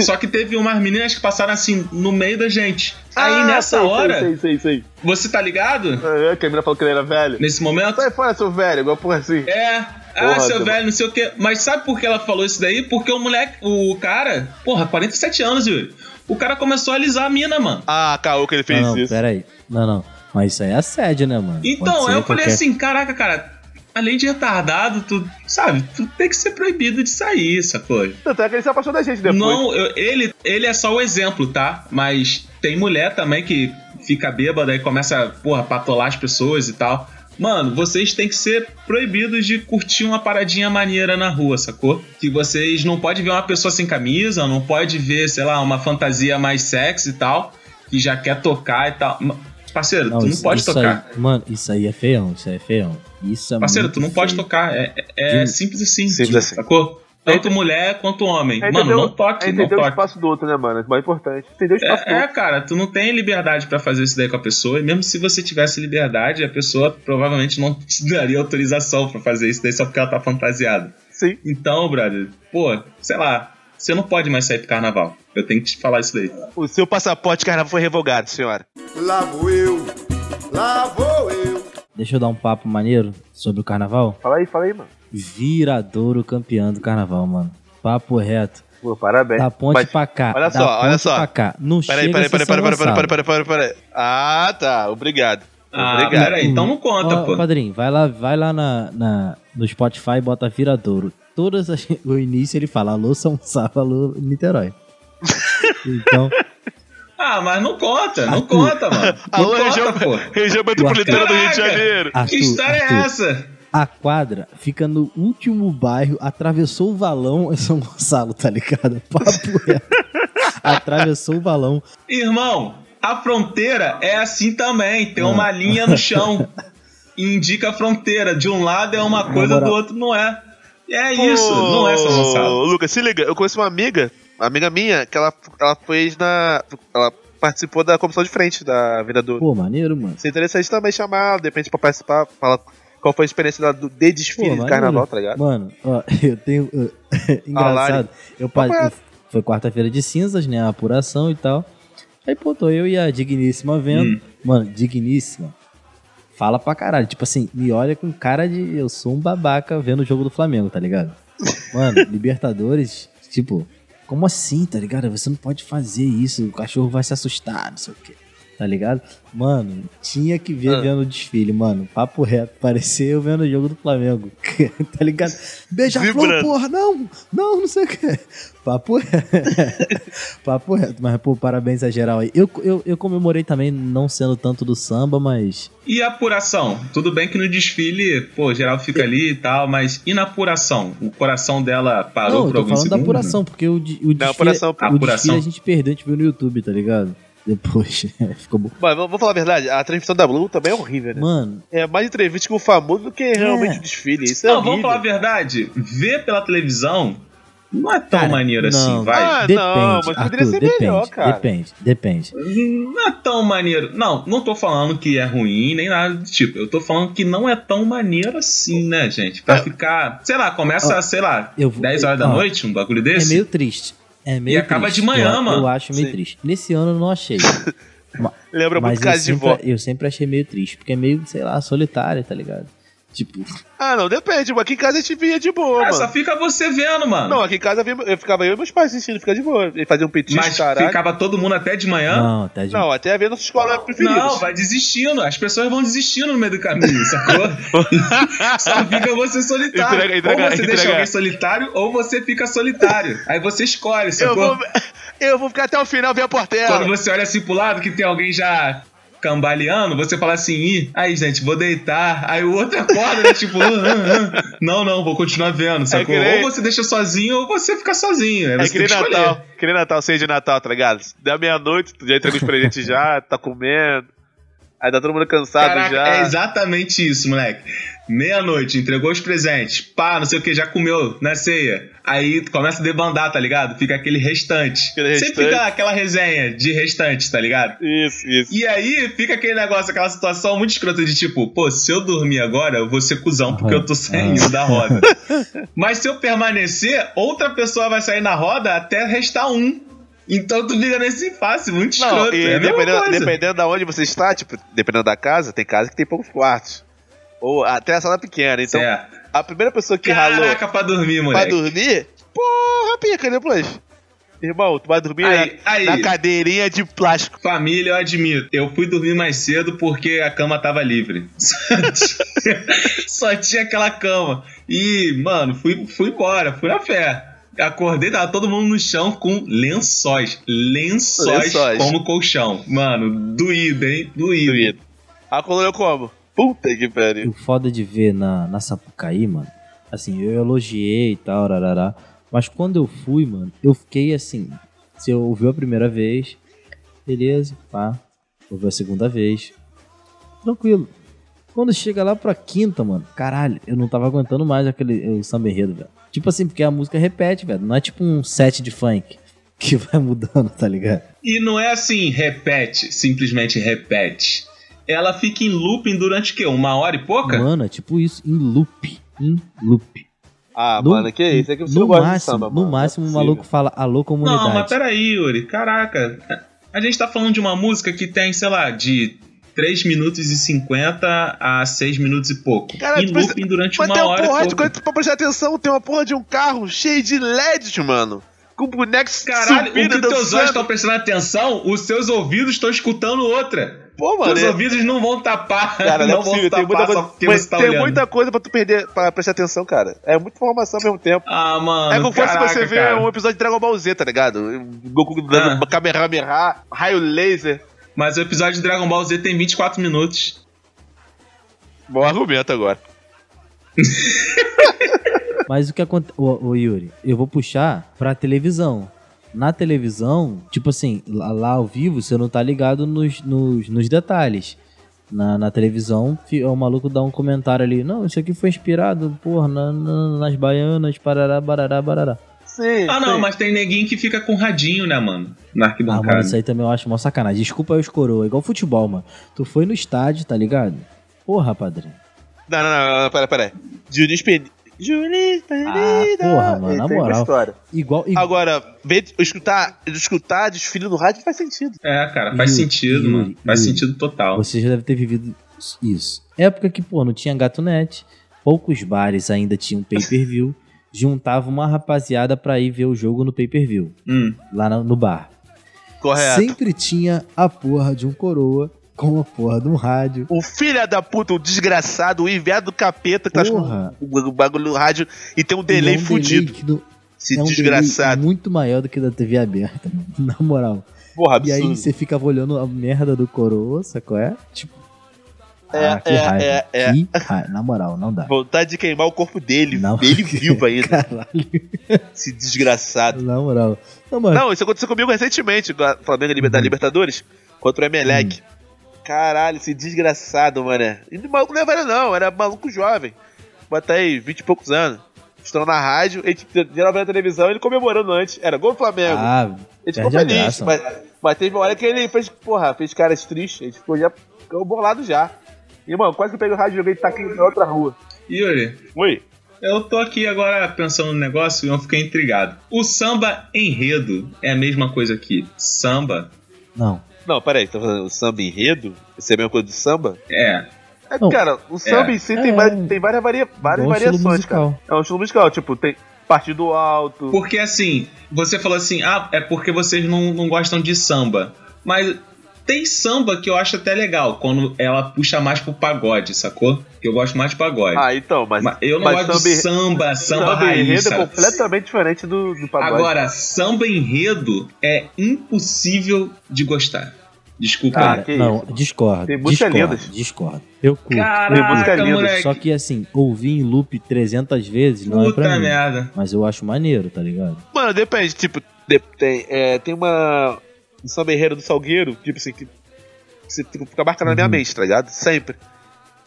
Speaker 6: Só que teve umas meninas que passaram assim, no meio da gente. Aí
Speaker 7: Ah,
Speaker 6: nessa
Speaker 7: sei,
Speaker 6: hora,
Speaker 7: Sei, sei, sei. sei.
Speaker 6: você tá ligado?
Speaker 7: Ah, Que a mina falou que ele era velho.
Speaker 6: Nesse momento?
Speaker 7: Sai fora, seu é velho, igual porra assim.
Speaker 6: É. ah,
Speaker 7: Porra,
Speaker 6: seu
Speaker 7: seu-
Speaker 6: velho, não sei o quê. Mas sabe por que ela falou isso daí? Porque o moleque, o cara, porra, 47 anos, Yuri. O cara começou a alisar a mina, mano.
Speaker 7: Ah, caô que ele fez
Speaker 5: não, não,
Speaker 7: isso.
Speaker 5: pera aí. Não, não. Mas isso aí é assédio, né, mano? Pode
Speaker 6: Então,
Speaker 5: ser
Speaker 6: aí eu falei
Speaker 5: qualquer-
Speaker 6: assim, caraca, cara, além de retardado, tu, sabe, tu tem que ser proibido de sair, sacou?
Speaker 7: Tanto é que ele se apaixonou da gente depois.
Speaker 6: Não, eu- ele, ele é só o exemplo, tá? Mas tem mulher também que fica bêbada e começa, porra, patolar as pessoas e tal. Mano, vocês têm que ser proibidos de curtir uma paradinha maneira na rua, sacou? Que vocês não podem ver uma pessoa sem camisa, não pode ver, sei lá, uma fantasia mais sexy e tal, que já quer tocar e tal. Ma- Parceiro, tu não
Speaker 5: isso-
Speaker 6: pode
Speaker 5: isso
Speaker 6: tocar.
Speaker 5: aí- mano, isso aí é feião, isso aí é feião. Isso é
Speaker 6: Parceiro,
Speaker 5: muito
Speaker 6: tu não pode
Speaker 5: feio.
Speaker 6: tocar. É, é- é
Speaker 5: Sim.
Speaker 6: simples assim.
Speaker 7: Simples assim.
Speaker 6: Sacou? Tanto mulher quanto homem.
Speaker 7: É
Speaker 6: Mano,
Speaker 7: entender
Speaker 6: não
Speaker 7: o-
Speaker 6: toque,
Speaker 7: é
Speaker 6: não
Speaker 7: entender o
Speaker 6: toque.
Speaker 7: espaço do outro, né, mano? É o mais importante. Entender o espaço do
Speaker 6: É, é,
Speaker 7: outro.
Speaker 6: cara, tu não tem liberdade pra fazer isso daí com a pessoa. E mesmo se você tivesse (laughs) liberdade, a pessoa provavelmente não te daria autorização pra fazer isso daí só porque ela tá fantasiada.
Speaker 7: Sim.
Speaker 6: Então, brother, pô, sei lá, você não pode mais sair pro carnaval. Eu tenho que te falar isso daí.
Speaker 7: O seu passaporte carnaval foi revogado, senhora.
Speaker 8: Lá vou eu, lá vou eu.
Speaker 5: Deixa eu dar um papo maneiro sobre o carnaval.
Speaker 7: Fala aí, fala aí, mano.
Speaker 5: Viradouro campeão do carnaval, mano. Papo reto.
Speaker 7: Pô, parabéns.
Speaker 5: Da ponte
Speaker 7: Mas-
Speaker 5: pra cá.
Speaker 7: Olha
Speaker 5: da
Speaker 7: só, olha
Speaker 5: ponte
Speaker 7: só.
Speaker 5: Pra cá. Não
Speaker 7: Peraí,
Speaker 5: Tá, chega
Speaker 7: peraí,
Speaker 5: a ser
Speaker 7: peraí,
Speaker 5: São
Speaker 7: peraí, peraí,
Speaker 5: Gonçalo.
Speaker 7: peraí, peraí, peraí, peraí, peraí. Ah, tá, obrigado.
Speaker 6: Ah,
Speaker 7: obrigado.
Speaker 6: peraí, então não conta,
Speaker 5: Ó,
Speaker 6: pô.
Speaker 5: Padrinho, vai lá, vai lá na, na- no Spotify e bota Viradouro. Todas as, (laughs) o início ele fala alô São Gonçalo, alô
Speaker 7: (laughs)
Speaker 5: Niterói. Então,
Speaker 6: Ah, mas não conta, não conta, mano. Não
Speaker 7: (laughs) Alô,
Speaker 6: conta,
Speaker 7: região,
Speaker 6: pô.
Speaker 7: região metropolitana do Rio de
Speaker 6: Caraca!
Speaker 7: Janeiro.
Speaker 5: Arthur,
Speaker 6: que história
Speaker 5: Arthur,
Speaker 6: é essa?
Speaker 5: A quadra fica no último bairro, atravessou o valão em São Gonçalo, tá ligado? (laughs) Papo
Speaker 7: (laughs)
Speaker 5: reto. Atravessou o valão.
Speaker 6: Irmão, a fronteira é assim também. Tem
Speaker 5: Ah.
Speaker 6: uma linha no
Speaker 5: (laughs)
Speaker 6: chão. e indica a fronteira. De um lado é uma coisa,
Speaker 5: moral.
Speaker 6: do outro não é. E é isso, não é São Gonçalo.
Speaker 7: Ô, Lucas, se liga, eu conheço uma amiga, uma amiga minha, que ela, ela fez na. Ela participou da comissão de frente da Viradouro.
Speaker 5: Pô, maneiro, mano.
Speaker 7: Seria é interessante também chamar, de repente, pra participar, falar qual foi a experiência dela do, de
Speaker 5: Pô,
Speaker 7: desfile de
Speaker 5: maneiro.
Speaker 7: carnaval, tá ligado?
Speaker 5: Mano, ó, (laughs) eu tenho. eu- (laughs) engraçado. Eu, pa- eu- foi quarta-feira de cinzas, né? A apuração e tal. Aí, pô, tô eu e a Digníssima vendo. Mano, Digníssima. Fala pra caralho. Tipo assim, me olha com cara de eu sou um babaca vendo o jogo do Flamengo, tá ligado?
Speaker 7: (laughs)
Speaker 5: Mano, Libertadores, tipo, como assim, tá ligado? Você não pode fazer isso, o cachorro vai se assustar, não sei o quê. Tá ligado? Mano, tinha que ver
Speaker 7: Ah.
Speaker 5: vendo o desfile, mano. Papo reto, parecia eu vendo o jogo do Flamengo. (laughs) tá ligado? Beija-flor,
Speaker 7: Vibrando.
Speaker 5: porra, não! Não, não sei o quê. Papo reto. (laughs) Papo reto. Mas, pô, parabéns a geral aí. Eu, eu, eu comemorei também, não sendo tanto do samba, mas.
Speaker 6: E a apuração? Tudo bem que no desfile, pô, geral fica ali e tal, mas e na apuração? O coração dela
Speaker 5: não,
Speaker 6: parou
Speaker 5: eu
Speaker 6: por
Speaker 5: tô
Speaker 6: alguns
Speaker 5: falando da
Speaker 6: segundos? né?
Speaker 5: apuração, porque o, de- o desfile.
Speaker 7: Não, apuração,
Speaker 5: o
Speaker 6: apuração.
Speaker 5: desfile a gente perdeu, a gente viu no YouTube, tá ligado? Depois, (laughs) é, ficou bom.
Speaker 7: Mas vamos vamos falar a verdade, a transmissão da Globo também é horrível, né?
Speaker 5: Mano,
Speaker 7: É mais entrevista com o famoso do que realmente o desfile. Isso é
Speaker 6: Não,
Speaker 7: horrível.
Speaker 6: vamos falar a verdade. Ver pela televisão não é tão
Speaker 5: Cara,
Speaker 6: maneiro
Speaker 5: não.
Speaker 6: assim, vai.
Speaker 7: Ah,
Speaker 5: depende,
Speaker 7: não, mas poderia
Speaker 5: Arthur,
Speaker 7: ser
Speaker 5: depende,
Speaker 7: melhor, cara.
Speaker 5: Depende, depende.
Speaker 6: Não é tão maneiro. Não, não tô falando que é ruim nem nada do tipo. Eu tô falando que não é tão maneiro assim, né, gente?
Speaker 7: É.
Speaker 6: Pra ficar, sei lá,
Speaker 7: Ah,
Speaker 6: começa, sei lá,
Speaker 5: eu vou-
Speaker 6: 10 horas da
Speaker 5: ó,
Speaker 6: noite, um bagulho
Speaker 5: É
Speaker 6: desse.
Speaker 5: meio triste. É meio
Speaker 6: E acaba
Speaker 5: triste,
Speaker 6: de manhã,
Speaker 5: eu, Eu
Speaker 6: mano.
Speaker 5: acho meio
Speaker 7: Sim.
Speaker 5: triste. Nesse ano eu não
Speaker 7: (laughs)
Speaker 5: achei.
Speaker 7: Lembra
Speaker 5: mas eu
Speaker 7: muito caso de vó.
Speaker 5: sempre, eu sempre achei meio triste, porque é meio, sei lá, solitária, tá ligado? Tipo,
Speaker 7: Ah, não, depende. Aqui em casa a gente via de boa,
Speaker 6: Ah,
Speaker 7: mano.
Speaker 6: só fica você vendo, mano.
Speaker 7: Não, aqui em casa eu, via- eu ficava eu e meus pais assistindo, ficava de boa. Ele fazia um petisco,
Speaker 6: Mas
Speaker 7: caralho.
Speaker 6: ficava todo mundo até de manhã.
Speaker 5: não, tá de
Speaker 7: Não, até havia nossa escola preferida.
Speaker 6: Não, vai desistindo. As pessoas vão desistindo no meio do caminho,
Speaker 7: (laughs)
Speaker 6: sacou? Só fica você solitário.
Speaker 7: Entrega, entrega,
Speaker 6: ou você deixa
Speaker 7: entrega.
Speaker 6: alguém solitário, ou você fica solitário. Aí você escolhe,
Speaker 7: eu,
Speaker 6: sacou?
Speaker 7: vou, eu vou ficar até o final ver a portela.
Speaker 6: Quando você olha assim pro lado, que tem alguém já cambaleando, você fala assim, Ih, aí gente, vou deitar. Aí o outro acorda, né, tipo, (laughs) "Ah, ah, ah." não, não, vou continuar vendo, sacou?
Speaker 7: É que nem-
Speaker 6: Ou você deixa sozinho, ou você fica sozinho. Aí
Speaker 7: É
Speaker 6: você
Speaker 7: que
Speaker 6: tem
Speaker 7: nem
Speaker 6: que escolher.
Speaker 7: Natal, que nem Natal, ceia de Natal, tá ligado? Dá meia-noite, tu já entrega os presentes já, tá comendo. Aí tá todo mundo cansado
Speaker 6: Caraca,
Speaker 7: já.
Speaker 6: é exatamente isso, moleque. Meia-noite, entregou os presentes, pá, não sei o que, já comeu na ceia. Aí tu começa a debandar, tá ligado? Fica aquele restante.
Speaker 7: Aquele
Speaker 6: Sempre
Speaker 7: restante.
Speaker 6: dá aquela resenha de restante, tá ligado?
Speaker 7: Isso, isso.
Speaker 6: E aí fica aquele negócio, aquela situação muito escrota de tipo, pô, se eu dormir agora, eu vou ser cuzão porque eu tô saindo da roda. (laughs) Mas se eu permanecer, outra pessoa vai sair na roda até restar um. Então tu fica nesse impasse, muito
Speaker 7: Não,
Speaker 6: escroto.
Speaker 7: e
Speaker 6: é a mesma
Speaker 7: dependendo,
Speaker 6: coisa.
Speaker 7: dependendo da onde você está, tipo, dependendo da casa, tem casa que tem poucos quartos. Ou até a sala pequena. Então,
Speaker 6: Certo.
Speaker 7: a primeira pessoa que ralou
Speaker 6: É. Caraca, pra dormir,
Speaker 7: pra
Speaker 6: moleque.
Speaker 7: dormir, porra, pica, depois. Irmão, tu vai dormir
Speaker 6: Aí,
Speaker 7: na,
Speaker 6: aí.
Speaker 7: na cadeirinha de plástico.
Speaker 6: Família, eu admito. Eu fui dormir mais cedo porque a cama tava livre. (laughs) Só tinha, só tinha aquela cama. E, mano, fui, fui embora, fui na fé. Acordei, tava todo mundo no chão com lençóis. Lençóis,
Speaker 7: Lençóis.
Speaker 6: como colchão. Mano, doído, hein? Doído.
Speaker 7: Doído. A coluna eu como? Puta que
Speaker 5: E
Speaker 7: pariu.
Speaker 5: o foda de ver na, na Sapucaí, mano, assim, eu elogiei e tal, rarará, mas quando eu fui, mano, eu fiquei assim, se eu ouviu a primeira vez, beleza, pá, ouviu a segunda vez, tranquilo. Quando chega lá pra quinta, mano, caralho, eu não tava aguentando mais aquele eh, samba enredo, velho. Tipo assim, porque a música repete, velho, não é tipo um set de funk (laughs) que vai mudando, tá ligado?
Speaker 6: E não é assim, repete, simplesmente repete. Ela fica em looping durante o quê? Uma hora e pouca?
Speaker 5: Mano, é tipo isso, em loop, em loop.
Speaker 7: Ah,
Speaker 5: No-
Speaker 7: mano, que isso? É que você
Speaker 5: no
Speaker 7: não gosta
Speaker 5: máximo,
Speaker 7: de samba, mano.
Speaker 5: No máximo,
Speaker 7: Não
Speaker 5: o
Speaker 7: é
Speaker 5: maluco fala alô comunidade.
Speaker 6: Não, mas peraí, Yuri. Caraca, a gente tá falando de uma música que tem, sei lá, de 3 minutos e 50 a 6 minutos e pouco.
Speaker 7: Cara, tipo assim,
Speaker 6: e
Speaker 7: depois-
Speaker 6: looping durante
Speaker 7: Mas
Speaker 6: uma
Speaker 7: tem uma
Speaker 6: hora. e
Speaker 7: porra de
Speaker 6: pouco.
Speaker 7: coisa pra prestar atenção, tem uma porra de um carro cheio de LEDs, mano. Com bonecos
Speaker 6: Caralho,
Speaker 7: subindo,
Speaker 6: o que teus
Speaker 7: dançando.
Speaker 6: olhos estão prestando atenção, os seus ouvidos estão escutando outra.
Speaker 7: Pô, mano,
Speaker 6: Os
Speaker 7: é-
Speaker 6: ouvidos não vão tapar.
Speaker 7: Cara, não,
Speaker 6: não
Speaker 7: é possível,
Speaker 6: vão
Speaker 7: tem
Speaker 6: tapar só
Speaker 7: muita coisa,
Speaker 6: porque
Speaker 7: mas
Speaker 6: você tá
Speaker 7: tem
Speaker 6: olhando.
Speaker 7: muita coisa pra tu perder, pra prestar atenção, cara. É muita informação ao mesmo tempo.
Speaker 6: Ah, mano.
Speaker 7: é como se
Speaker 6: caraca,
Speaker 7: você vê
Speaker 6: cara.
Speaker 7: um episódio de Dragon Ball Z, tá ligado? Goku dando
Speaker 6: Ah.
Speaker 7: Kamehameha, raio laser.
Speaker 6: Mas o episódio de Dragon Ball Z tem 24 minutos.
Speaker 7: Bom argumento agora.
Speaker 5: Mas o que acontece. Ô, ô, Yuri, eu vou puxar pra televisão. Na televisão, tipo assim, lá, lá ao vivo, você não tá ligado nos, nos, nos detalhes. Na, na televisão, fi- o maluco dá um comentário ali. Não, isso aqui foi inspirado, porra, na- na- nas baianas, parará, barará, barará.
Speaker 7: Sim.
Speaker 6: Ah, não,
Speaker 7: sim.
Speaker 6: mas tem neguinho que fica com radinho, né, mano? Na
Speaker 5: Ah, mano,
Speaker 6: arquibancada.
Speaker 5: isso aí também eu acho uma sacanagem. Desculpa aí os coroa, é igual futebol, mano. Tu foi no estádio, tá ligado? Porra, padrinho.
Speaker 7: Não, não, não, não, pera, pera. Junis Peni. Junis Penida.
Speaker 5: Ah, porra, mano,
Speaker 7: Ih,
Speaker 5: na
Speaker 7: tem uma
Speaker 5: moral.
Speaker 7: história.
Speaker 5: Igual. igual
Speaker 7: Agora, ver, escutar, escutar desfile no rádio faz sentido.
Speaker 6: É, cara, faz
Speaker 5: Yuri,
Speaker 6: sentido,
Speaker 5: Yuri,
Speaker 6: mano. Faz
Speaker 5: Yuri.
Speaker 6: sentido
Speaker 7: Então.
Speaker 6: total.
Speaker 5: Você já deve ter vivido isso. Época que, pô, não tinha gatunete, poucos bares ainda tinham
Speaker 7: (laughs)
Speaker 5: pay-per-view, juntava uma rapaziada pra ir ver o jogo no pay-per-view,
Speaker 6: Hum.
Speaker 5: lá na- no, bar.
Speaker 7: Correto.
Speaker 5: Sempre tinha a porra de um coroa com a porra de um rádio.
Speaker 7: O filho da puta, o desgraçado, o enviado do capeta que tá
Speaker 5: Porra.
Speaker 7: com o bagulho no rádio e tem um
Speaker 5: E
Speaker 7: delay
Speaker 5: é um
Speaker 7: fudido.
Speaker 5: que não-
Speaker 7: Esse
Speaker 5: é um delay
Speaker 7: desgraçado.
Speaker 5: muito maior do que da TV aberta, mano, (laughs) na moral.
Speaker 7: Porra,
Speaker 5: E aí
Speaker 7: absurdo.
Speaker 5: você ficava olhando a merda do coroa, sacou? É? Tipo.
Speaker 7: É,
Speaker 5: ah, que
Speaker 7: é,
Speaker 5: raiva.
Speaker 7: é, é.
Speaker 5: Que raiva. Na moral, não dá.
Speaker 7: Vontade de queimar o corpo dele.
Speaker 5: Não.
Speaker 7: Ele vivo ainda.
Speaker 5: Caralho.
Speaker 7: Esse
Speaker 5: (laughs)
Speaker 7: desgraçado.
Speaker 5: Na moral. Não, mano.
Speaker 7: Não, isso aconteceu comigo recentemente, com a Flamengo e Liber-
Speaker 5: Uhum.
Speaker 7: da Libertadores, contra o Emelec.
Speaker 5: Hum.
Speaker 7: Caralho, esse desgraçado, mané. E o maluco não era velho, não, era maluco jovem. Bota aí, 20 e poucos anos. Estão na rádio, ele geralmente na televisão, ele comemorando antes. Era gol do Flamengo.
Speaker 5: Ah,
Speaker 7: ele ficou
Speaker 5: perde a
Speaker 7: feliz.
Speaker 5: graça.
Speaker 7: Mas, mas teve uma hora que ele fez, porra, fez caras tristes, ele ficou já ficou bolado já. E, mano, quase que eu peguei o rádio e joguei tá aqui na outra rua.
Speaker 6: Yuri,
Speaker 7: Oi.
Speaker 6: eu tô aqui agora pensando no negócio e eu fiquei intrigado. O samba enredo é a mesma coisa aqui. Samba
Speaker 5: Não.
Speaker 7: Não, peraí, tá falando samba enredo? Isso é a mesma coisa do samba?
Speaker 6: é.
Speaker 7: É,
Speaker 5: Não,
Speaker 7: cara, o samba em si tem,
Speaker 5: é,
Speaker 7: vari- tem várias, varia- várias
Speaker 5: Igual estilo
Speaker 7: variações, cara.
Speaker 5: musical.
Speaker 7: É um estilo musical, tipo, tem partido alto.
Speaker 6: Porque assim, você falou assim, ah, é porque vocês não, não gostam de samba. Mas tem samba que eu acho até legal, quando ela puxa mais pro pagode, sacou? Que eu gosto mais de pagode.
Speaker 7: Ah, então, mas,
Speaker 6: Mas eu não
Speaker 7: mas
Speaker 6: gosto de samba, samba, raiz.
Speaker 7: enredo é
Speaker 6: sabe?
Speaker 7: completamente diferente do, do pagode.
Speaker 6: Agora, samba enredo é impossível de gostar. Desculpa.
Speaker 7: Ah,
Speaker 5: Cara,
Speaker 7: que
Speaker 5: não,
Speaker 7: isso.
Speaker 5: discordo.
Speaker 7: Tem música
Speaker 5: discordo,
Speaker 7: linda.
Speaker 5: Discordo. Eu curto.
Speaker 7: tem música
Speaker 6: Caraca,
Speaker 7: linda,
Speaker 6: moleque.
Speaker 5: Só que assim, ouvir em loop 300 vezes não é
Speaker 6: Puta
Speaker 5: pra mim.
Speaker 6: merda.
Speaker 5: Mas eu acho maneiro, tá ligado?
Speaker 7: Mano, depende, tipo, de- tem, é, tem uma. Um samba enredo do Salgueiro, tipo assim, que. que Você tipo, fica marcado na minha
Speaker 5: Uhum.
Speaker 7: mente, tá ligado? Sempre.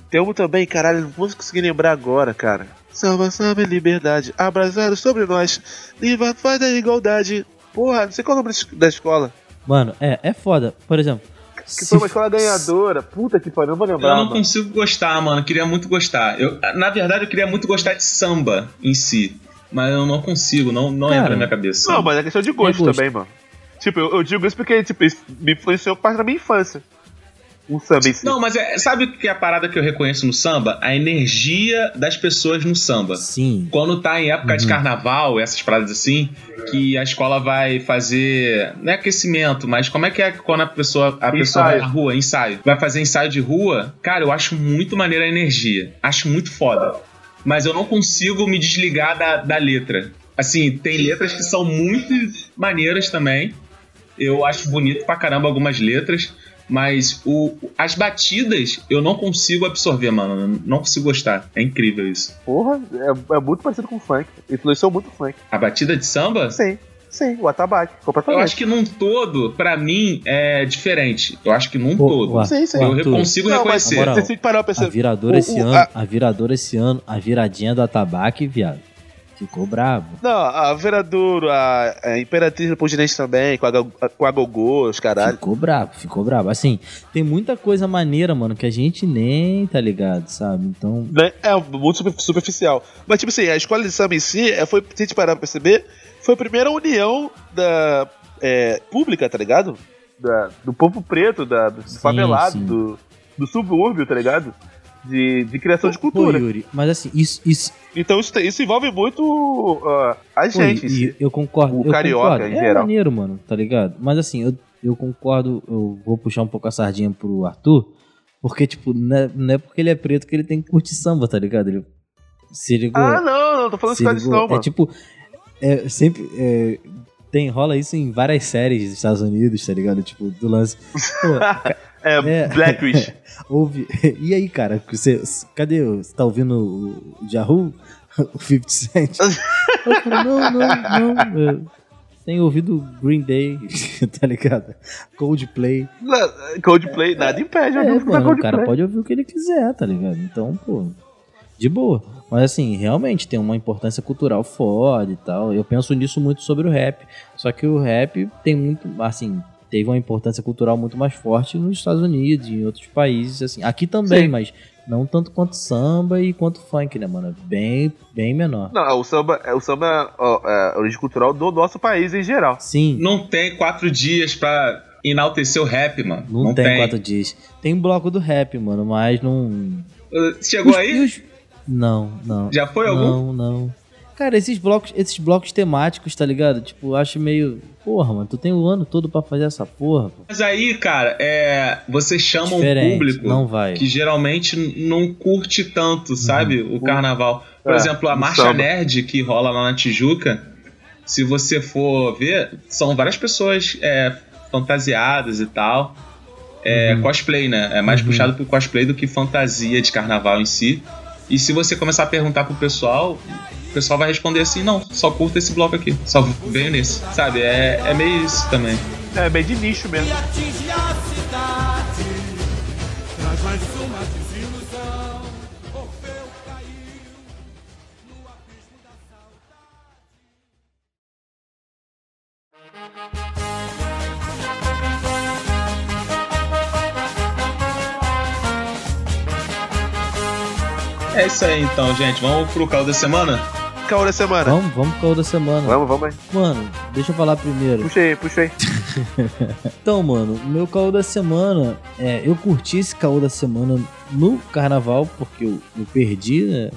Speaker 7: Tem um também, caralho, não vou conseguir lembrar agora, cara. Samba, samba e liberdade. Abraçaram sobre nós. Viva faz da igualdade. Porra, não sei qual é o nome da escola.
Speaker 5: Mano, é, é foda. Por exemplo.
Speaker 7: Que foi uma escola ganhadora. Puta que pariu, não vou lembrar.
Speaker 6: Eu não
Speaker 7: mano.
Speaker 6: consigo gostar, mano. Queria muito gostar. Eu, na verdade, eu queria muito gostar de samba em si. Mas eu não consigo, não, não
Speaker 5: Cara,
Speaker 6: entra na minha cabeça.
Speaker 7: Não, mas é questão de gosto,
Speaker 5: É gosto.
Speaker 7: também, mano. Tipo, eu, eu digo isso porque tipo, isso me influenciou parte da minha infância. Um samba em si.
Speaker 6: Não, mas é- sabe o que é a parada que eu reconheço no samba? A energia das pessoas no samba.
Speaker 5: Sim.
Speaker 6: Quando tá em época de
Speaker 5: Uhum.
Speaker 6: carnaval, essas paradas assim, que a escola vai fazer. Não é aquecimento, mas como é que é quando a pessoa, a pessoa vai
Speaker 7: Ensaio.
Speaker 6: na rua, ensaio? Vai fazer ensaio de rua? Cara, eu acho muito maneira a energia. Acho muito foda. Mas eu não consigo me desligar da, da letra. Assim, tem letras que são muito maneiras também. Eu acho bonito pra caramba algumas letras. Mas o, as batidas eu não consigo absorver, mano. Não consigo gostar. É incrível isso.
Speaker 7: Porra, é, é muito parecido com o funk. Influenciou muito o funk.
Speaker 6: A batida de samba?
Speaker 7: Sim, sim, o atabaque.
Speaker 6: Eu
Speaker 7: Completamente.
Speaker 6: acho que num todo, pra mim, é diferente. Eu acho que num
Speaker 5: Pô,
Speaker 6: todo.
Speaker 5: ué.
Speaker 7: Sim, sim.
Speaker 5: Ô,
Speaker 6: Eu
Speaker 5: Arthur,
Speaker 6: consigo
Speaker 7: Não, mas
Speaker 6: reconhecer.
Speaker 5: Agora-
Speaker 7: você tem que parar pra
Speaker 5: A
Speaker 7: perceber.
Speaker 5: viradora
Speaker 7: O-
Speaker 5: esse
Speaker 7: o-
Speaker 5: ano,
Speaker 7: a-
Speaker 5: a viradora esse ano, a viradinha do atabaque, viado. Ficou bravo.
Speaker 7: Não, a Veradouro, a, a Imperatriz Leopoldinense também, com a, Go- com a Gogô, os caralho.
Speaker 5: Ficou bravo, ficou bravo. Assim, tem muita coisa maneira, mano, que a gente nem tá ligado, sabe? Então,
Speaker 7: Né? É muito super- superficial. Mas, tipo assim, a escola de samba em si, é, foi, se a gente parar pra perceber, foi a primeira união da é, pública, tá ligado? Da- do povo preto, da, do
Speaker 5: Sim,
Speaker 7: favelado,
Speaker 5: sim.
Speaker 7: Do, do subúrbio, tá ligado? De, de criação de
Speaker 5: Pô,
Speaker 7: cultura.
Speaker 5: Yuri, mas assim, isso, isso,
Speaker 7: Então isso, tem- isso envolve muito ah, a
Speaker 5: Pô,
Speaker 7: gente.
Speaker 5: e-
Speaker 7: em si.
Speaker 5: e eu concordo.
Speaker 7: O
Speaker 5: eu
Speaker 7: carioca,
Speaker 5: concordo.
Speaker 7: em
Speaker 5: é
Speaker 7: geral.
Speaker 5: maneiro, mano, tá ligado? Mas assim, eu, eu concordo, eu vou puxar um pouco a sardinha pro Arthur, porque, tipo, não é, não é porque ele é preto que ele tem que curtir samba, tá ligado? Ele se ligou.
Speaker 7: Ah, não, não tô falando
Speaker 5: se
Speaker 7: só disso
Speaker 5: ligou.
Speaker 7: não, mano.
Speaker 5: É tipo, é, sempre. é, tem, rola isso em várias séries dos Estados Unidos, tá ligado? Tipo, do lance. Pô,
Speaker 7: É,
Speaker 5: é. (laughs)
Speaker 7: Blackwish.
Speaker 5: Ouve. E aí, cara? Você, cadê? o- Você tá ouvindo o- o Yahoo? (laughs) O 50 Cent? Eu falei, não, não, não. Eu tenho ouvido Green Day, (laughs) tá ligado? Coldplay.
Speaker 7: Na- Coldplay, nada impede,
Speaker 5: É,
Speaker 7: eu não
Speaker 5: mano, o
Speaker 7: Coldplay.
Speaker 5: cara pode ouvir o que ele quiser, tá ligado? Então, pô, de boa. Mas assim, realmente tem uma importância cultural foda e tal. Eu penso nisso muito sobre o rap. Só que o rap tem muito, assim, teve uma importância cultural muito mais forte nos Estados Unidos e em outros países, assim. Aqui também,
Speaker 7: Sim.
Speaker 5: mas não tanto quanto samba e quanto funk, né, mano? É Bem, bem menor.
Speaker 7: Não, é o samba, é o samba ó, é, a origem cultural do nosso país em geral.
Speaker 5: Sim,
Speaker 6: Não tem quatro dias pra enaltecer o rap, mano.
Speaker 5: não, tem, quatro dias. Tem bloco do rap, mano, mas não.
Speaker 6: Uh, Chegou
Speaker 5: Os- e
Speaker 6: aí?
Speaker 5: os- Não, não.
Speaker 6: Já foi algum?
Speaker 5: Não, não. Cara, esses blocos, esses blocos temáticos, tá ligado? Tipo, eu acho meio. Porra, mano, tu tem o ano todo pra fazer essa porra. pô.
Speaker 6: Mas aí, cara, é, você chama um
Speaker 5: Diferente,
Speaker 6: público
Speaker 5: não vai.
Speaker 6: que geralmente n- não curte tanto, sabe, o carnaval. Por
Speaker 7: Uhum. É,
Speaker 6: exemplo, a
Speaker 7: o
Speaker 6: Marcha
Speaker 7: samba.
Speaker 6: Nerd que rola lá na Tijuca, se você for ver, são várias pessoas é, fantasiadas e tal. É
Speaker 7: Uhum.
Speaker 6: cosplay, né? É mais
Speaker 5: Uhum.
Speaker 6: puxado pro cosplay do que fantasia de carnaval em si. E se você começar a perguntar pro pessoal, o pessoal vai responder assim: não, só curta esse bloco aqui, só venho nesse, sabe? É, é meio isso também.
Speaker 7: É bem de nicho mesmo.
Speaker 6: É isso aí então, gente. Vamos pro caldo da semana?
Speaker 7: Caô da semana.
Speaker 5: Vamos, vamos pro caldo da semana.
Speaker 7: Vamos, vamos aí.
Speaker 5: Mano, deixa eu falar primeiro.
Speaker 7: Puxa aí, puxa aí.
Speaker 5: Então, mano, o meu caô da semana, é, eu curti esse caô da semana no carnaval, porque eu, eu perdi, né,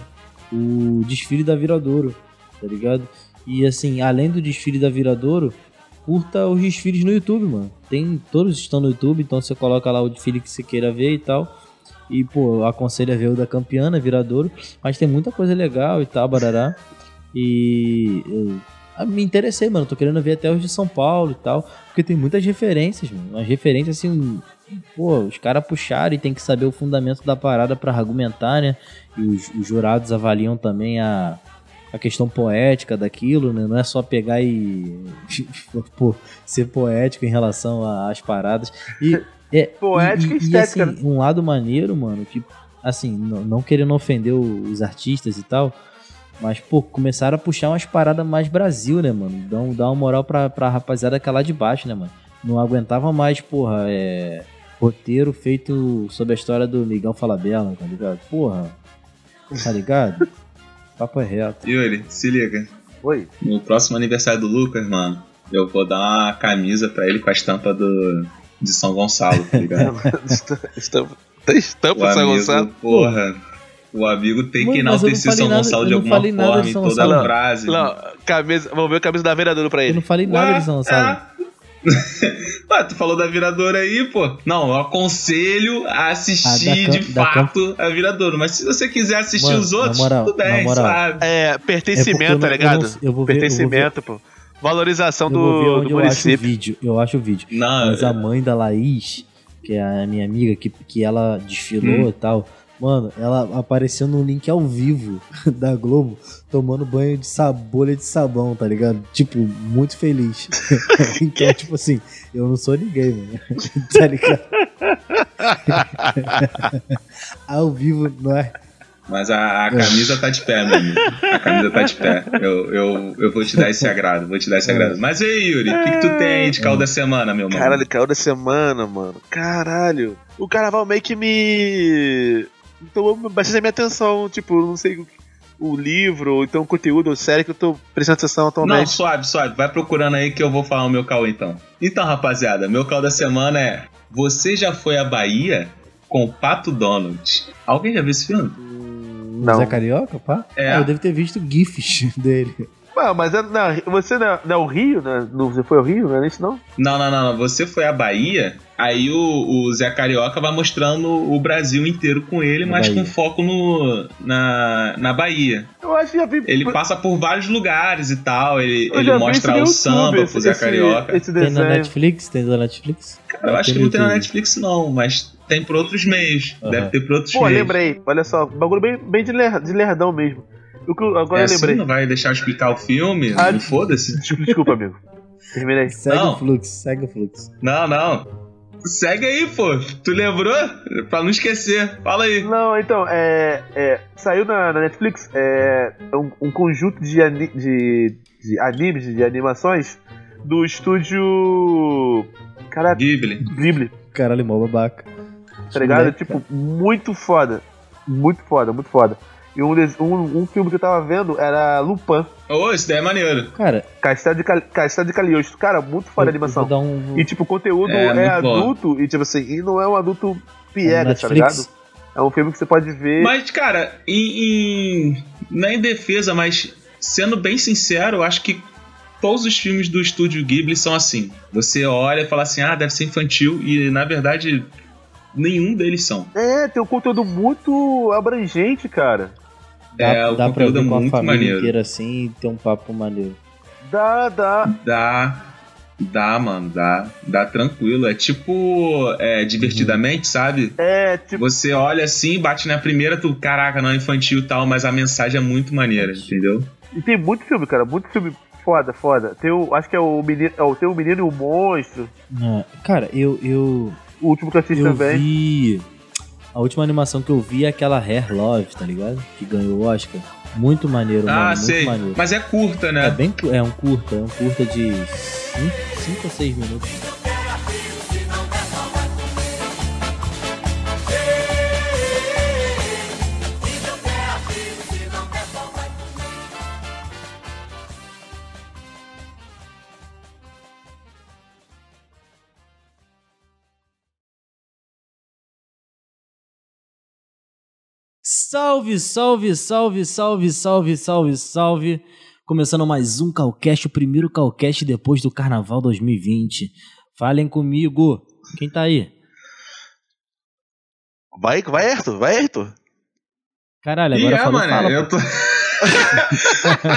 Speaker 5: o desfile da Viradouro, tá ligado? E assim, além do desfile da Viradouro, curta os desfiles no YouTube, mano. Tem, todos estão no YouTube, então você coloca lá o desfile que você queira ver e tal. E, pô, eu aconselho a ver o da campeana, Viradouro, mas tem muita coisa legal e tal, barará. E eu ah, me interessei, mano, tô querendo ver até os de São Paulo e tal. Porque tem muitas referências, mano. Umas referências assim. um- Pô, os caras puxaram e tem que saber o fundamento da parada pra argumentar, né? E os, os jurados avaliam também a, a questão poética daquilo, né? Não é só pegar e. (laughs) pô, ser poético em relação a- às paradas. E. É,
Speaker 7: Poética e estética, né?
Speaker 5: assim, um lado maneiro, mano, que, assim, não, não querendo ofender o- os artistas e tal, mas, pô, começaram a puxar umas paradas mais Brasil, né, mano? Dá, um- dá uma moral pra, pra rapaziada que é lá de baixo, né, mano? Não aguentava mais, porra, é. Roteiro feito sobre a história do Miguel Falabella, tá ligado? Porra. Tá
Speaker 7: (laughs)
Speaker 5: ligado? Papo é reto.
Speaker 6: Yuri, se liga.
Speaker 7: Oi.
Speaker 6: No próximo aniversário do Lucas, mano, eu vou dar uma camisa pra ele com a estampa do, de São Gonçalo,
Speaker 5: (laughs)
Speaker 6: tá ligado?
Speaker 5: assim,
Speaker 7: (laughs)
Speaker 5: é.
Speaker 7: Estampa, tem estampa de São Gonçalo?
Speaker 6: porra. O amigo tem
Speaker 5: Mano,
Speaker 6: que
Speaker 5: mas eu não
Speaker 6: enaltecer
Speaker 5: falei
Speaker 6: São
Speaker 5: nada-
Speaker 6: Gonçalo
Speaker 5: eu
Speaker 6: de
Speaker 5: não
Speaker 6: alguma
Speaker 5: falei nada
Speaker 6: forma
Speaker 5: de
Speaker 6: em
Speaker 5: São
Speaker 6: toda
Speaker 5: Gonçalo.
Speaker 6: a frase.
Speaker 7: Não, camisa, vamos ver a camisa da vereadora pra
Speaker 5: Eu não
Speaker 7: ele.
Speaker 5: falei nada de São Gonçalo.
Speaker 6: Ah, tu falou da viradora aí, pô. Não, eu aconselho a
Speaker 5: Ah,
Speaker 6: assistir
Speaker 5: da
Speaker 6: de
Speaker 5: cam- da cam-
Speaker 6: fato a viradora. Mas se você quiser assistir
Speaker 5: Mano,
Speaker 6: os outros,
Speaker 5: na moral,
Speaker 6: tudo
Speaker 5: na
Speaker 6: bem,
Speaker 5: moral.
Speaker 6: sabe?
Speaker 7: É,
Speaker 5: É porque eu
Speaker 7: pertencimento,
Speaker 5: não-
Speaker 7: tá
Speaker 5: eu
Speaker 7: ligado?
Speaker 5: não- eu vou ver- eu vou ver-
Speaker 7: pertencimento, pô. Valorização
Speaker 5: Eu vou ver
Speaker 7: do,
Speaker 5: onde
Speaker 7: do
Speaker 5: eu acho o
Speaker 7: município.
Speaker 5: vídeo. Eu acho o vídeo.
Speaker 6: Não,
Speaker 5: Mas a mãe da Laís, que é a minha amiga, que, que ela
Speaker 6: Hum.
Speaker 5: desfilou e tal. Mano, ela apareceu num link ao vivo (laughs) da Globo, tomando banho de sa- bolha de sabão, tá ligado? Tipo, muito
Speaker 6: (laughs)
Speaker 5: feliz. então, tipo assim, eu não sou ninguém, mano. (laughs)
Speaker 6: (laughs)
Speaker 5: tá ligado? ao vivo, não é?
Speaker 6: Mas a, a camisa tá de pé, meu amigo. A camisa tá de pé. Eu, eu, eu vou te dar esse agrado, vou te dar esse agrado. Mas e aí, Yuri, o que, que tu tem aí de caldo da semana, meu mano?
Speaker 7: Caralho, caiu da semana, mano. Caralho. O carnaval meio que me. Então bastante a minha atenção. Tipo, eu não sei o, o livro, ou então o conteúdo, ou série que eu tô prestando atenção
Speaker 6: Não,
Speaker 7: atualmente.
Speaker 6: suave, suave. Vai procurando aí que eu vou falar o meu caô então. Então, rapaziada, meu caô da semana é Você já foi à Bahia com o Pato Donald? Alguém já viu esse filme?
Speaker 7: Não.
Speaker 5: Zé Carioca, pá?
Speaker 6: É.
Speaker 5: Ah, eu devo ter visto GIFs (laughs) dele.
Speaker 7: Ah, mas é- não, você não, não é o Rio, né? Não, você foi ao Rio, não é isso não?
Speaker 6: Não, não, não, não. Você foi à Bahia, aí o, o Zé Carioca vai mostrando o Brasil inteiro com ele,
Speaker 5: Na
Speaker 6: mas
Speaker 5: Bahia.
Speaker 6: com foco no, na, na Bahia.
Speaker 7: Eu acho que já vi.
Speaker 6: Ele
Speaker 7: eu
Speaker 6: passa por vários lugares e tal. Ele,
Speaker 7: já
Speaker 6: ele
Speaker 7: vi
Speaker 6: mostra
Speaker 7: isso
Speaker 6: o
Speaker 7: no
Speaker 6: samba
Speaker 7: YouTube,
Speaker 6: pro Zé Carioca.
Speaker 7: Esse
Speaker 5: Tem
Speaker 6: é.
Speaker 5: na
Speaker 7: desenho.
Speaker 5: Netflix? Tem na Netflix?
Speaker 6: Cara, eu acho que
Speaker 5: no
Speaker 6: não tem na
Speaker 5: YouTube.
Speaker 6: Netflix, não, mas tem por outros meios.
Speaker 5: Aham.
Speaker 6: Deve ter por outros
Speaker 7: Pô,
Speaker 6: meios.
Speaker 7: lembrei. Olha só, um bagulho bem, bem de, ler, de lerdão mesmo. O que eu- agora
Speaker 6: É
Speaker 7: eu
Speaker 6: assim,
Speaker 7: lembrei.
Speaker 6: não vai deixar eu explicar o filme?
Speaker 7: Ah,
Speaker 6: Não Foda-se.
Speaker 7: Desculpa, desculpa,
Speaker 6: (laughs)
Speaker 7: amigo. Terminei.
Speaker 5: Segue
Speaker 6: Não.
Speaker 5: o fluxo, segue o fluxo.
Speaker 6: Não, não. Segue aí, pô. Tu lembrou? Pra não esquecer. Fala aí.
Speaker 7: Não, então, é. é, saiu na, na Netflix é, é um, um conjunto de, ani- de, de animes, de animações do estúdio. Cara,
Speaker 6: Ghibli.
Speaker 7: Ghibli,
Speaker 5: Caralho, mó babaca.
Speaker 7: tá ligado? Tipo, muito foda. Muito foda, muito foda. E um, des- um, um filme que eu tava vendo era Lupin,
Speaker 6: Ô, isso daí é maneiro.
Speaker 5: Cara,
Speaker 7: Castelo de, Cal Castelo de Caliosto. Cara, muito foda
Speaker 5: eu- eu
Speaker 7: a animação.
Speaker 5: vou dar um...
Speaker 7: E tipo, o conteúdo
Speaker 6: É,
Speaker 7: é,
Speaker 6: muito bom.
Speaker 7: adulto e tipo assim, e não é um adulto piega, tá ligado?
Speaker 5: Netflix.
Speaker 7: É um filme que você pode ver.
Speaker 6: Mas, cara, em, em- não é em defesa, mas sendo bem sincero, eu acho que todos os filmes do estúdio Ghibli são assim. Você olha e fala assim, ah, deve ser infantil, e na verdade, nenhum deles são.
Speaker 7: É, tem um conteúdo muito abrangente, cara.
Speaker 5: Dá,
Speaker 6: é, o
Speaker 5: dá pra
Speaker 6: conteúdo
Speaker 5: ver
Speaker 6: é
Speaker 5: com a
Speaker 6: muito
Speaker 5: família
Speaker 6: maneiro.
Speaker 5: inteira assim e ter um papo maneiro.
Speaker 7: Dá, dá.
Speaker 6: Dá. Dá, mano, dá. Dá tranquilo. É tipo é, divertidamente,
Speaker 5: Uhum.
Speaker 6: sabe?
Speaker 7: É, tipo,
Speaker 6: Você olha assim, bate na primeira, tu, caraca, não é infantil e tal, mas a mensagem é muito maneira, entendeu?
Speaker 7: e tem muito filme, cara. Muito filme foda, foda. Tem o, acho que é o menino, é o, tem o menino e o monstro.
Speaker 5: Ah, cara, eu, eu,
Speaker 7: O último que eu assisti
Speaker 5: eu
Speaker 7: também.
Speaker 5: vi... A última animação que eu vi é aquela Hair Love, tá ligado? Que ganhou o Oscar. Muito maneiro, mano.
Speaker 6: ah,
Speaker 5: Muito
Speaker 6: sei.
Speaker 5: maneiro.
Speaker 6: Mas é curta,
Speaker 5: É
Speaker 6: né?
Speaker 5: bem cu- é um curta, é um curta de 5 ou 6 minutos. Salve, salve, salve, salve, salve, salve, salve. Começando mais um Calcast, o primeiro Calcast depois do Carnaval 2020. Falem comigo. Quem tá aí?
Speaker 7: Vai, vai, Arthur, vai, Arthur.
Speaker 5: Caralho,
Speaker 6: E
Speaker 5: agora
Speaker 6: é,
Speaker 5: falou,
Speaker 6: mano,
Speaker 5: fala,
Speaker 6: eu
Speaker 5: pô.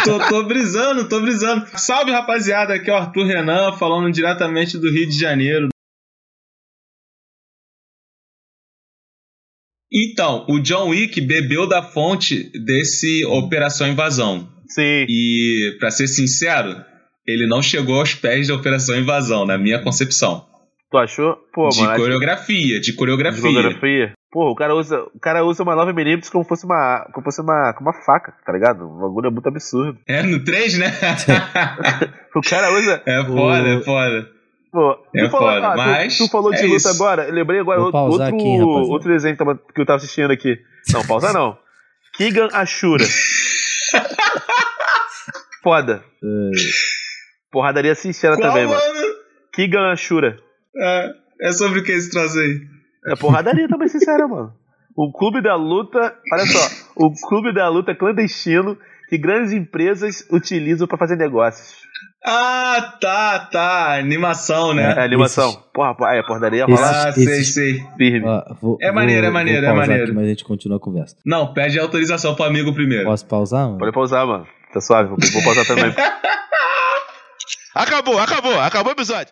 Speaker 6: tô... (laughs) tô. tô brisando, tô brisando. Salve, rapaziada, aqui é o Arthur Renan, falando diretamente do Rio de Janeiro. Então, o John Wick bebeu da fonte desse Operação Invasão.
Speaker 7: Sim.
Speaker 6: E, pra ser sincero, ele não chegou aos pés da Operação Invasão, na minha concepção.
Speaker 7: Tu achou? Pô,
Speaker 6: de,
Speaker 7: mano. acho-
Speaker 6: coreografia, de coreografia,
Speaker 7: Fotografia. Pô, o cara usa, o cara usa uma 9mm como fosse uma, como fosse uma, como uma faca, tá ligado? O bagulho é muito absurdo.
Speaker 6: É, no 3,
Speaker 7: (laughs)
Speaker 6: né?
Speaker 7: O cara usa,
Speaker 6: é foda, é foda.
Speaker 7: pô,
Speaker 6: É
Speaker 7: tu falou,
Speaker 6: foda,
Speaker 7: ah, tu-
Speaker 6: mas
Speaker 7: tu, falou de
Speaker 6: é
Speaker 7: luta
Speaker 6: isso.
Speaker 7: agora, eu lembrei agora
Speaker 5: Vou
Speaker 7: outro,
Speaker 5: pausar
Speaker 7: outro,
Speaker 5: aqui, rapaziada.
Speaker 7: outro desenho que tava- que eu tava assistindo aqui. Não,
Speaker 6: (laughs)
Speaker 7: pausa não. Kigan Ashura. foda. Porradaria sincera
Speaker 6: É. Qual é?
Speaker 7: também, mano.
Speaker 6: ano?
Speaker 7: Kigan Ashura.
Speaker 6: É, é sobre o que esse troço aí?
Speaker 7: É porradaria também, sincera, mano. O clube da luta, olha só, o clube da luta clandestino que grandes empresas utilizam pra fazer negócios.
Speaker 6: Ah, tá, tá. Animação,
Speaker 7: É,
Speaker 6: né?
Speaker 7: a animação.
Speaker 5: esses-
Speaker 7: Porra, pô, é, porradaria
Speaker 5: esses-
Speaker 7: rola
Speaker 6: Ah, sei,
Speaker 5: esses-
Speaker 6: sei.
Speaker 7: firme.
Speaker 5: Ó, Ah, vou-
Speaker 6: É maneiro,
Speaker 5: vou-
Speaker 6: é maneiro,
Speaker 5: vou
Speaker 6: é
Speaker 5: pausar
Speaker 6: maneiro.
Speaker 5: Aqui, mas a gente continua a conversa.
Speaker 6: Não, pede autorização pro amigo primeiro.
Speaker 5: Posso pausar, mano?
Speaker 7: Pode pausar, mano. Tá suave, vou, vou pausar também.
Speaker 8: Acabou, acabou, acabou o episódio.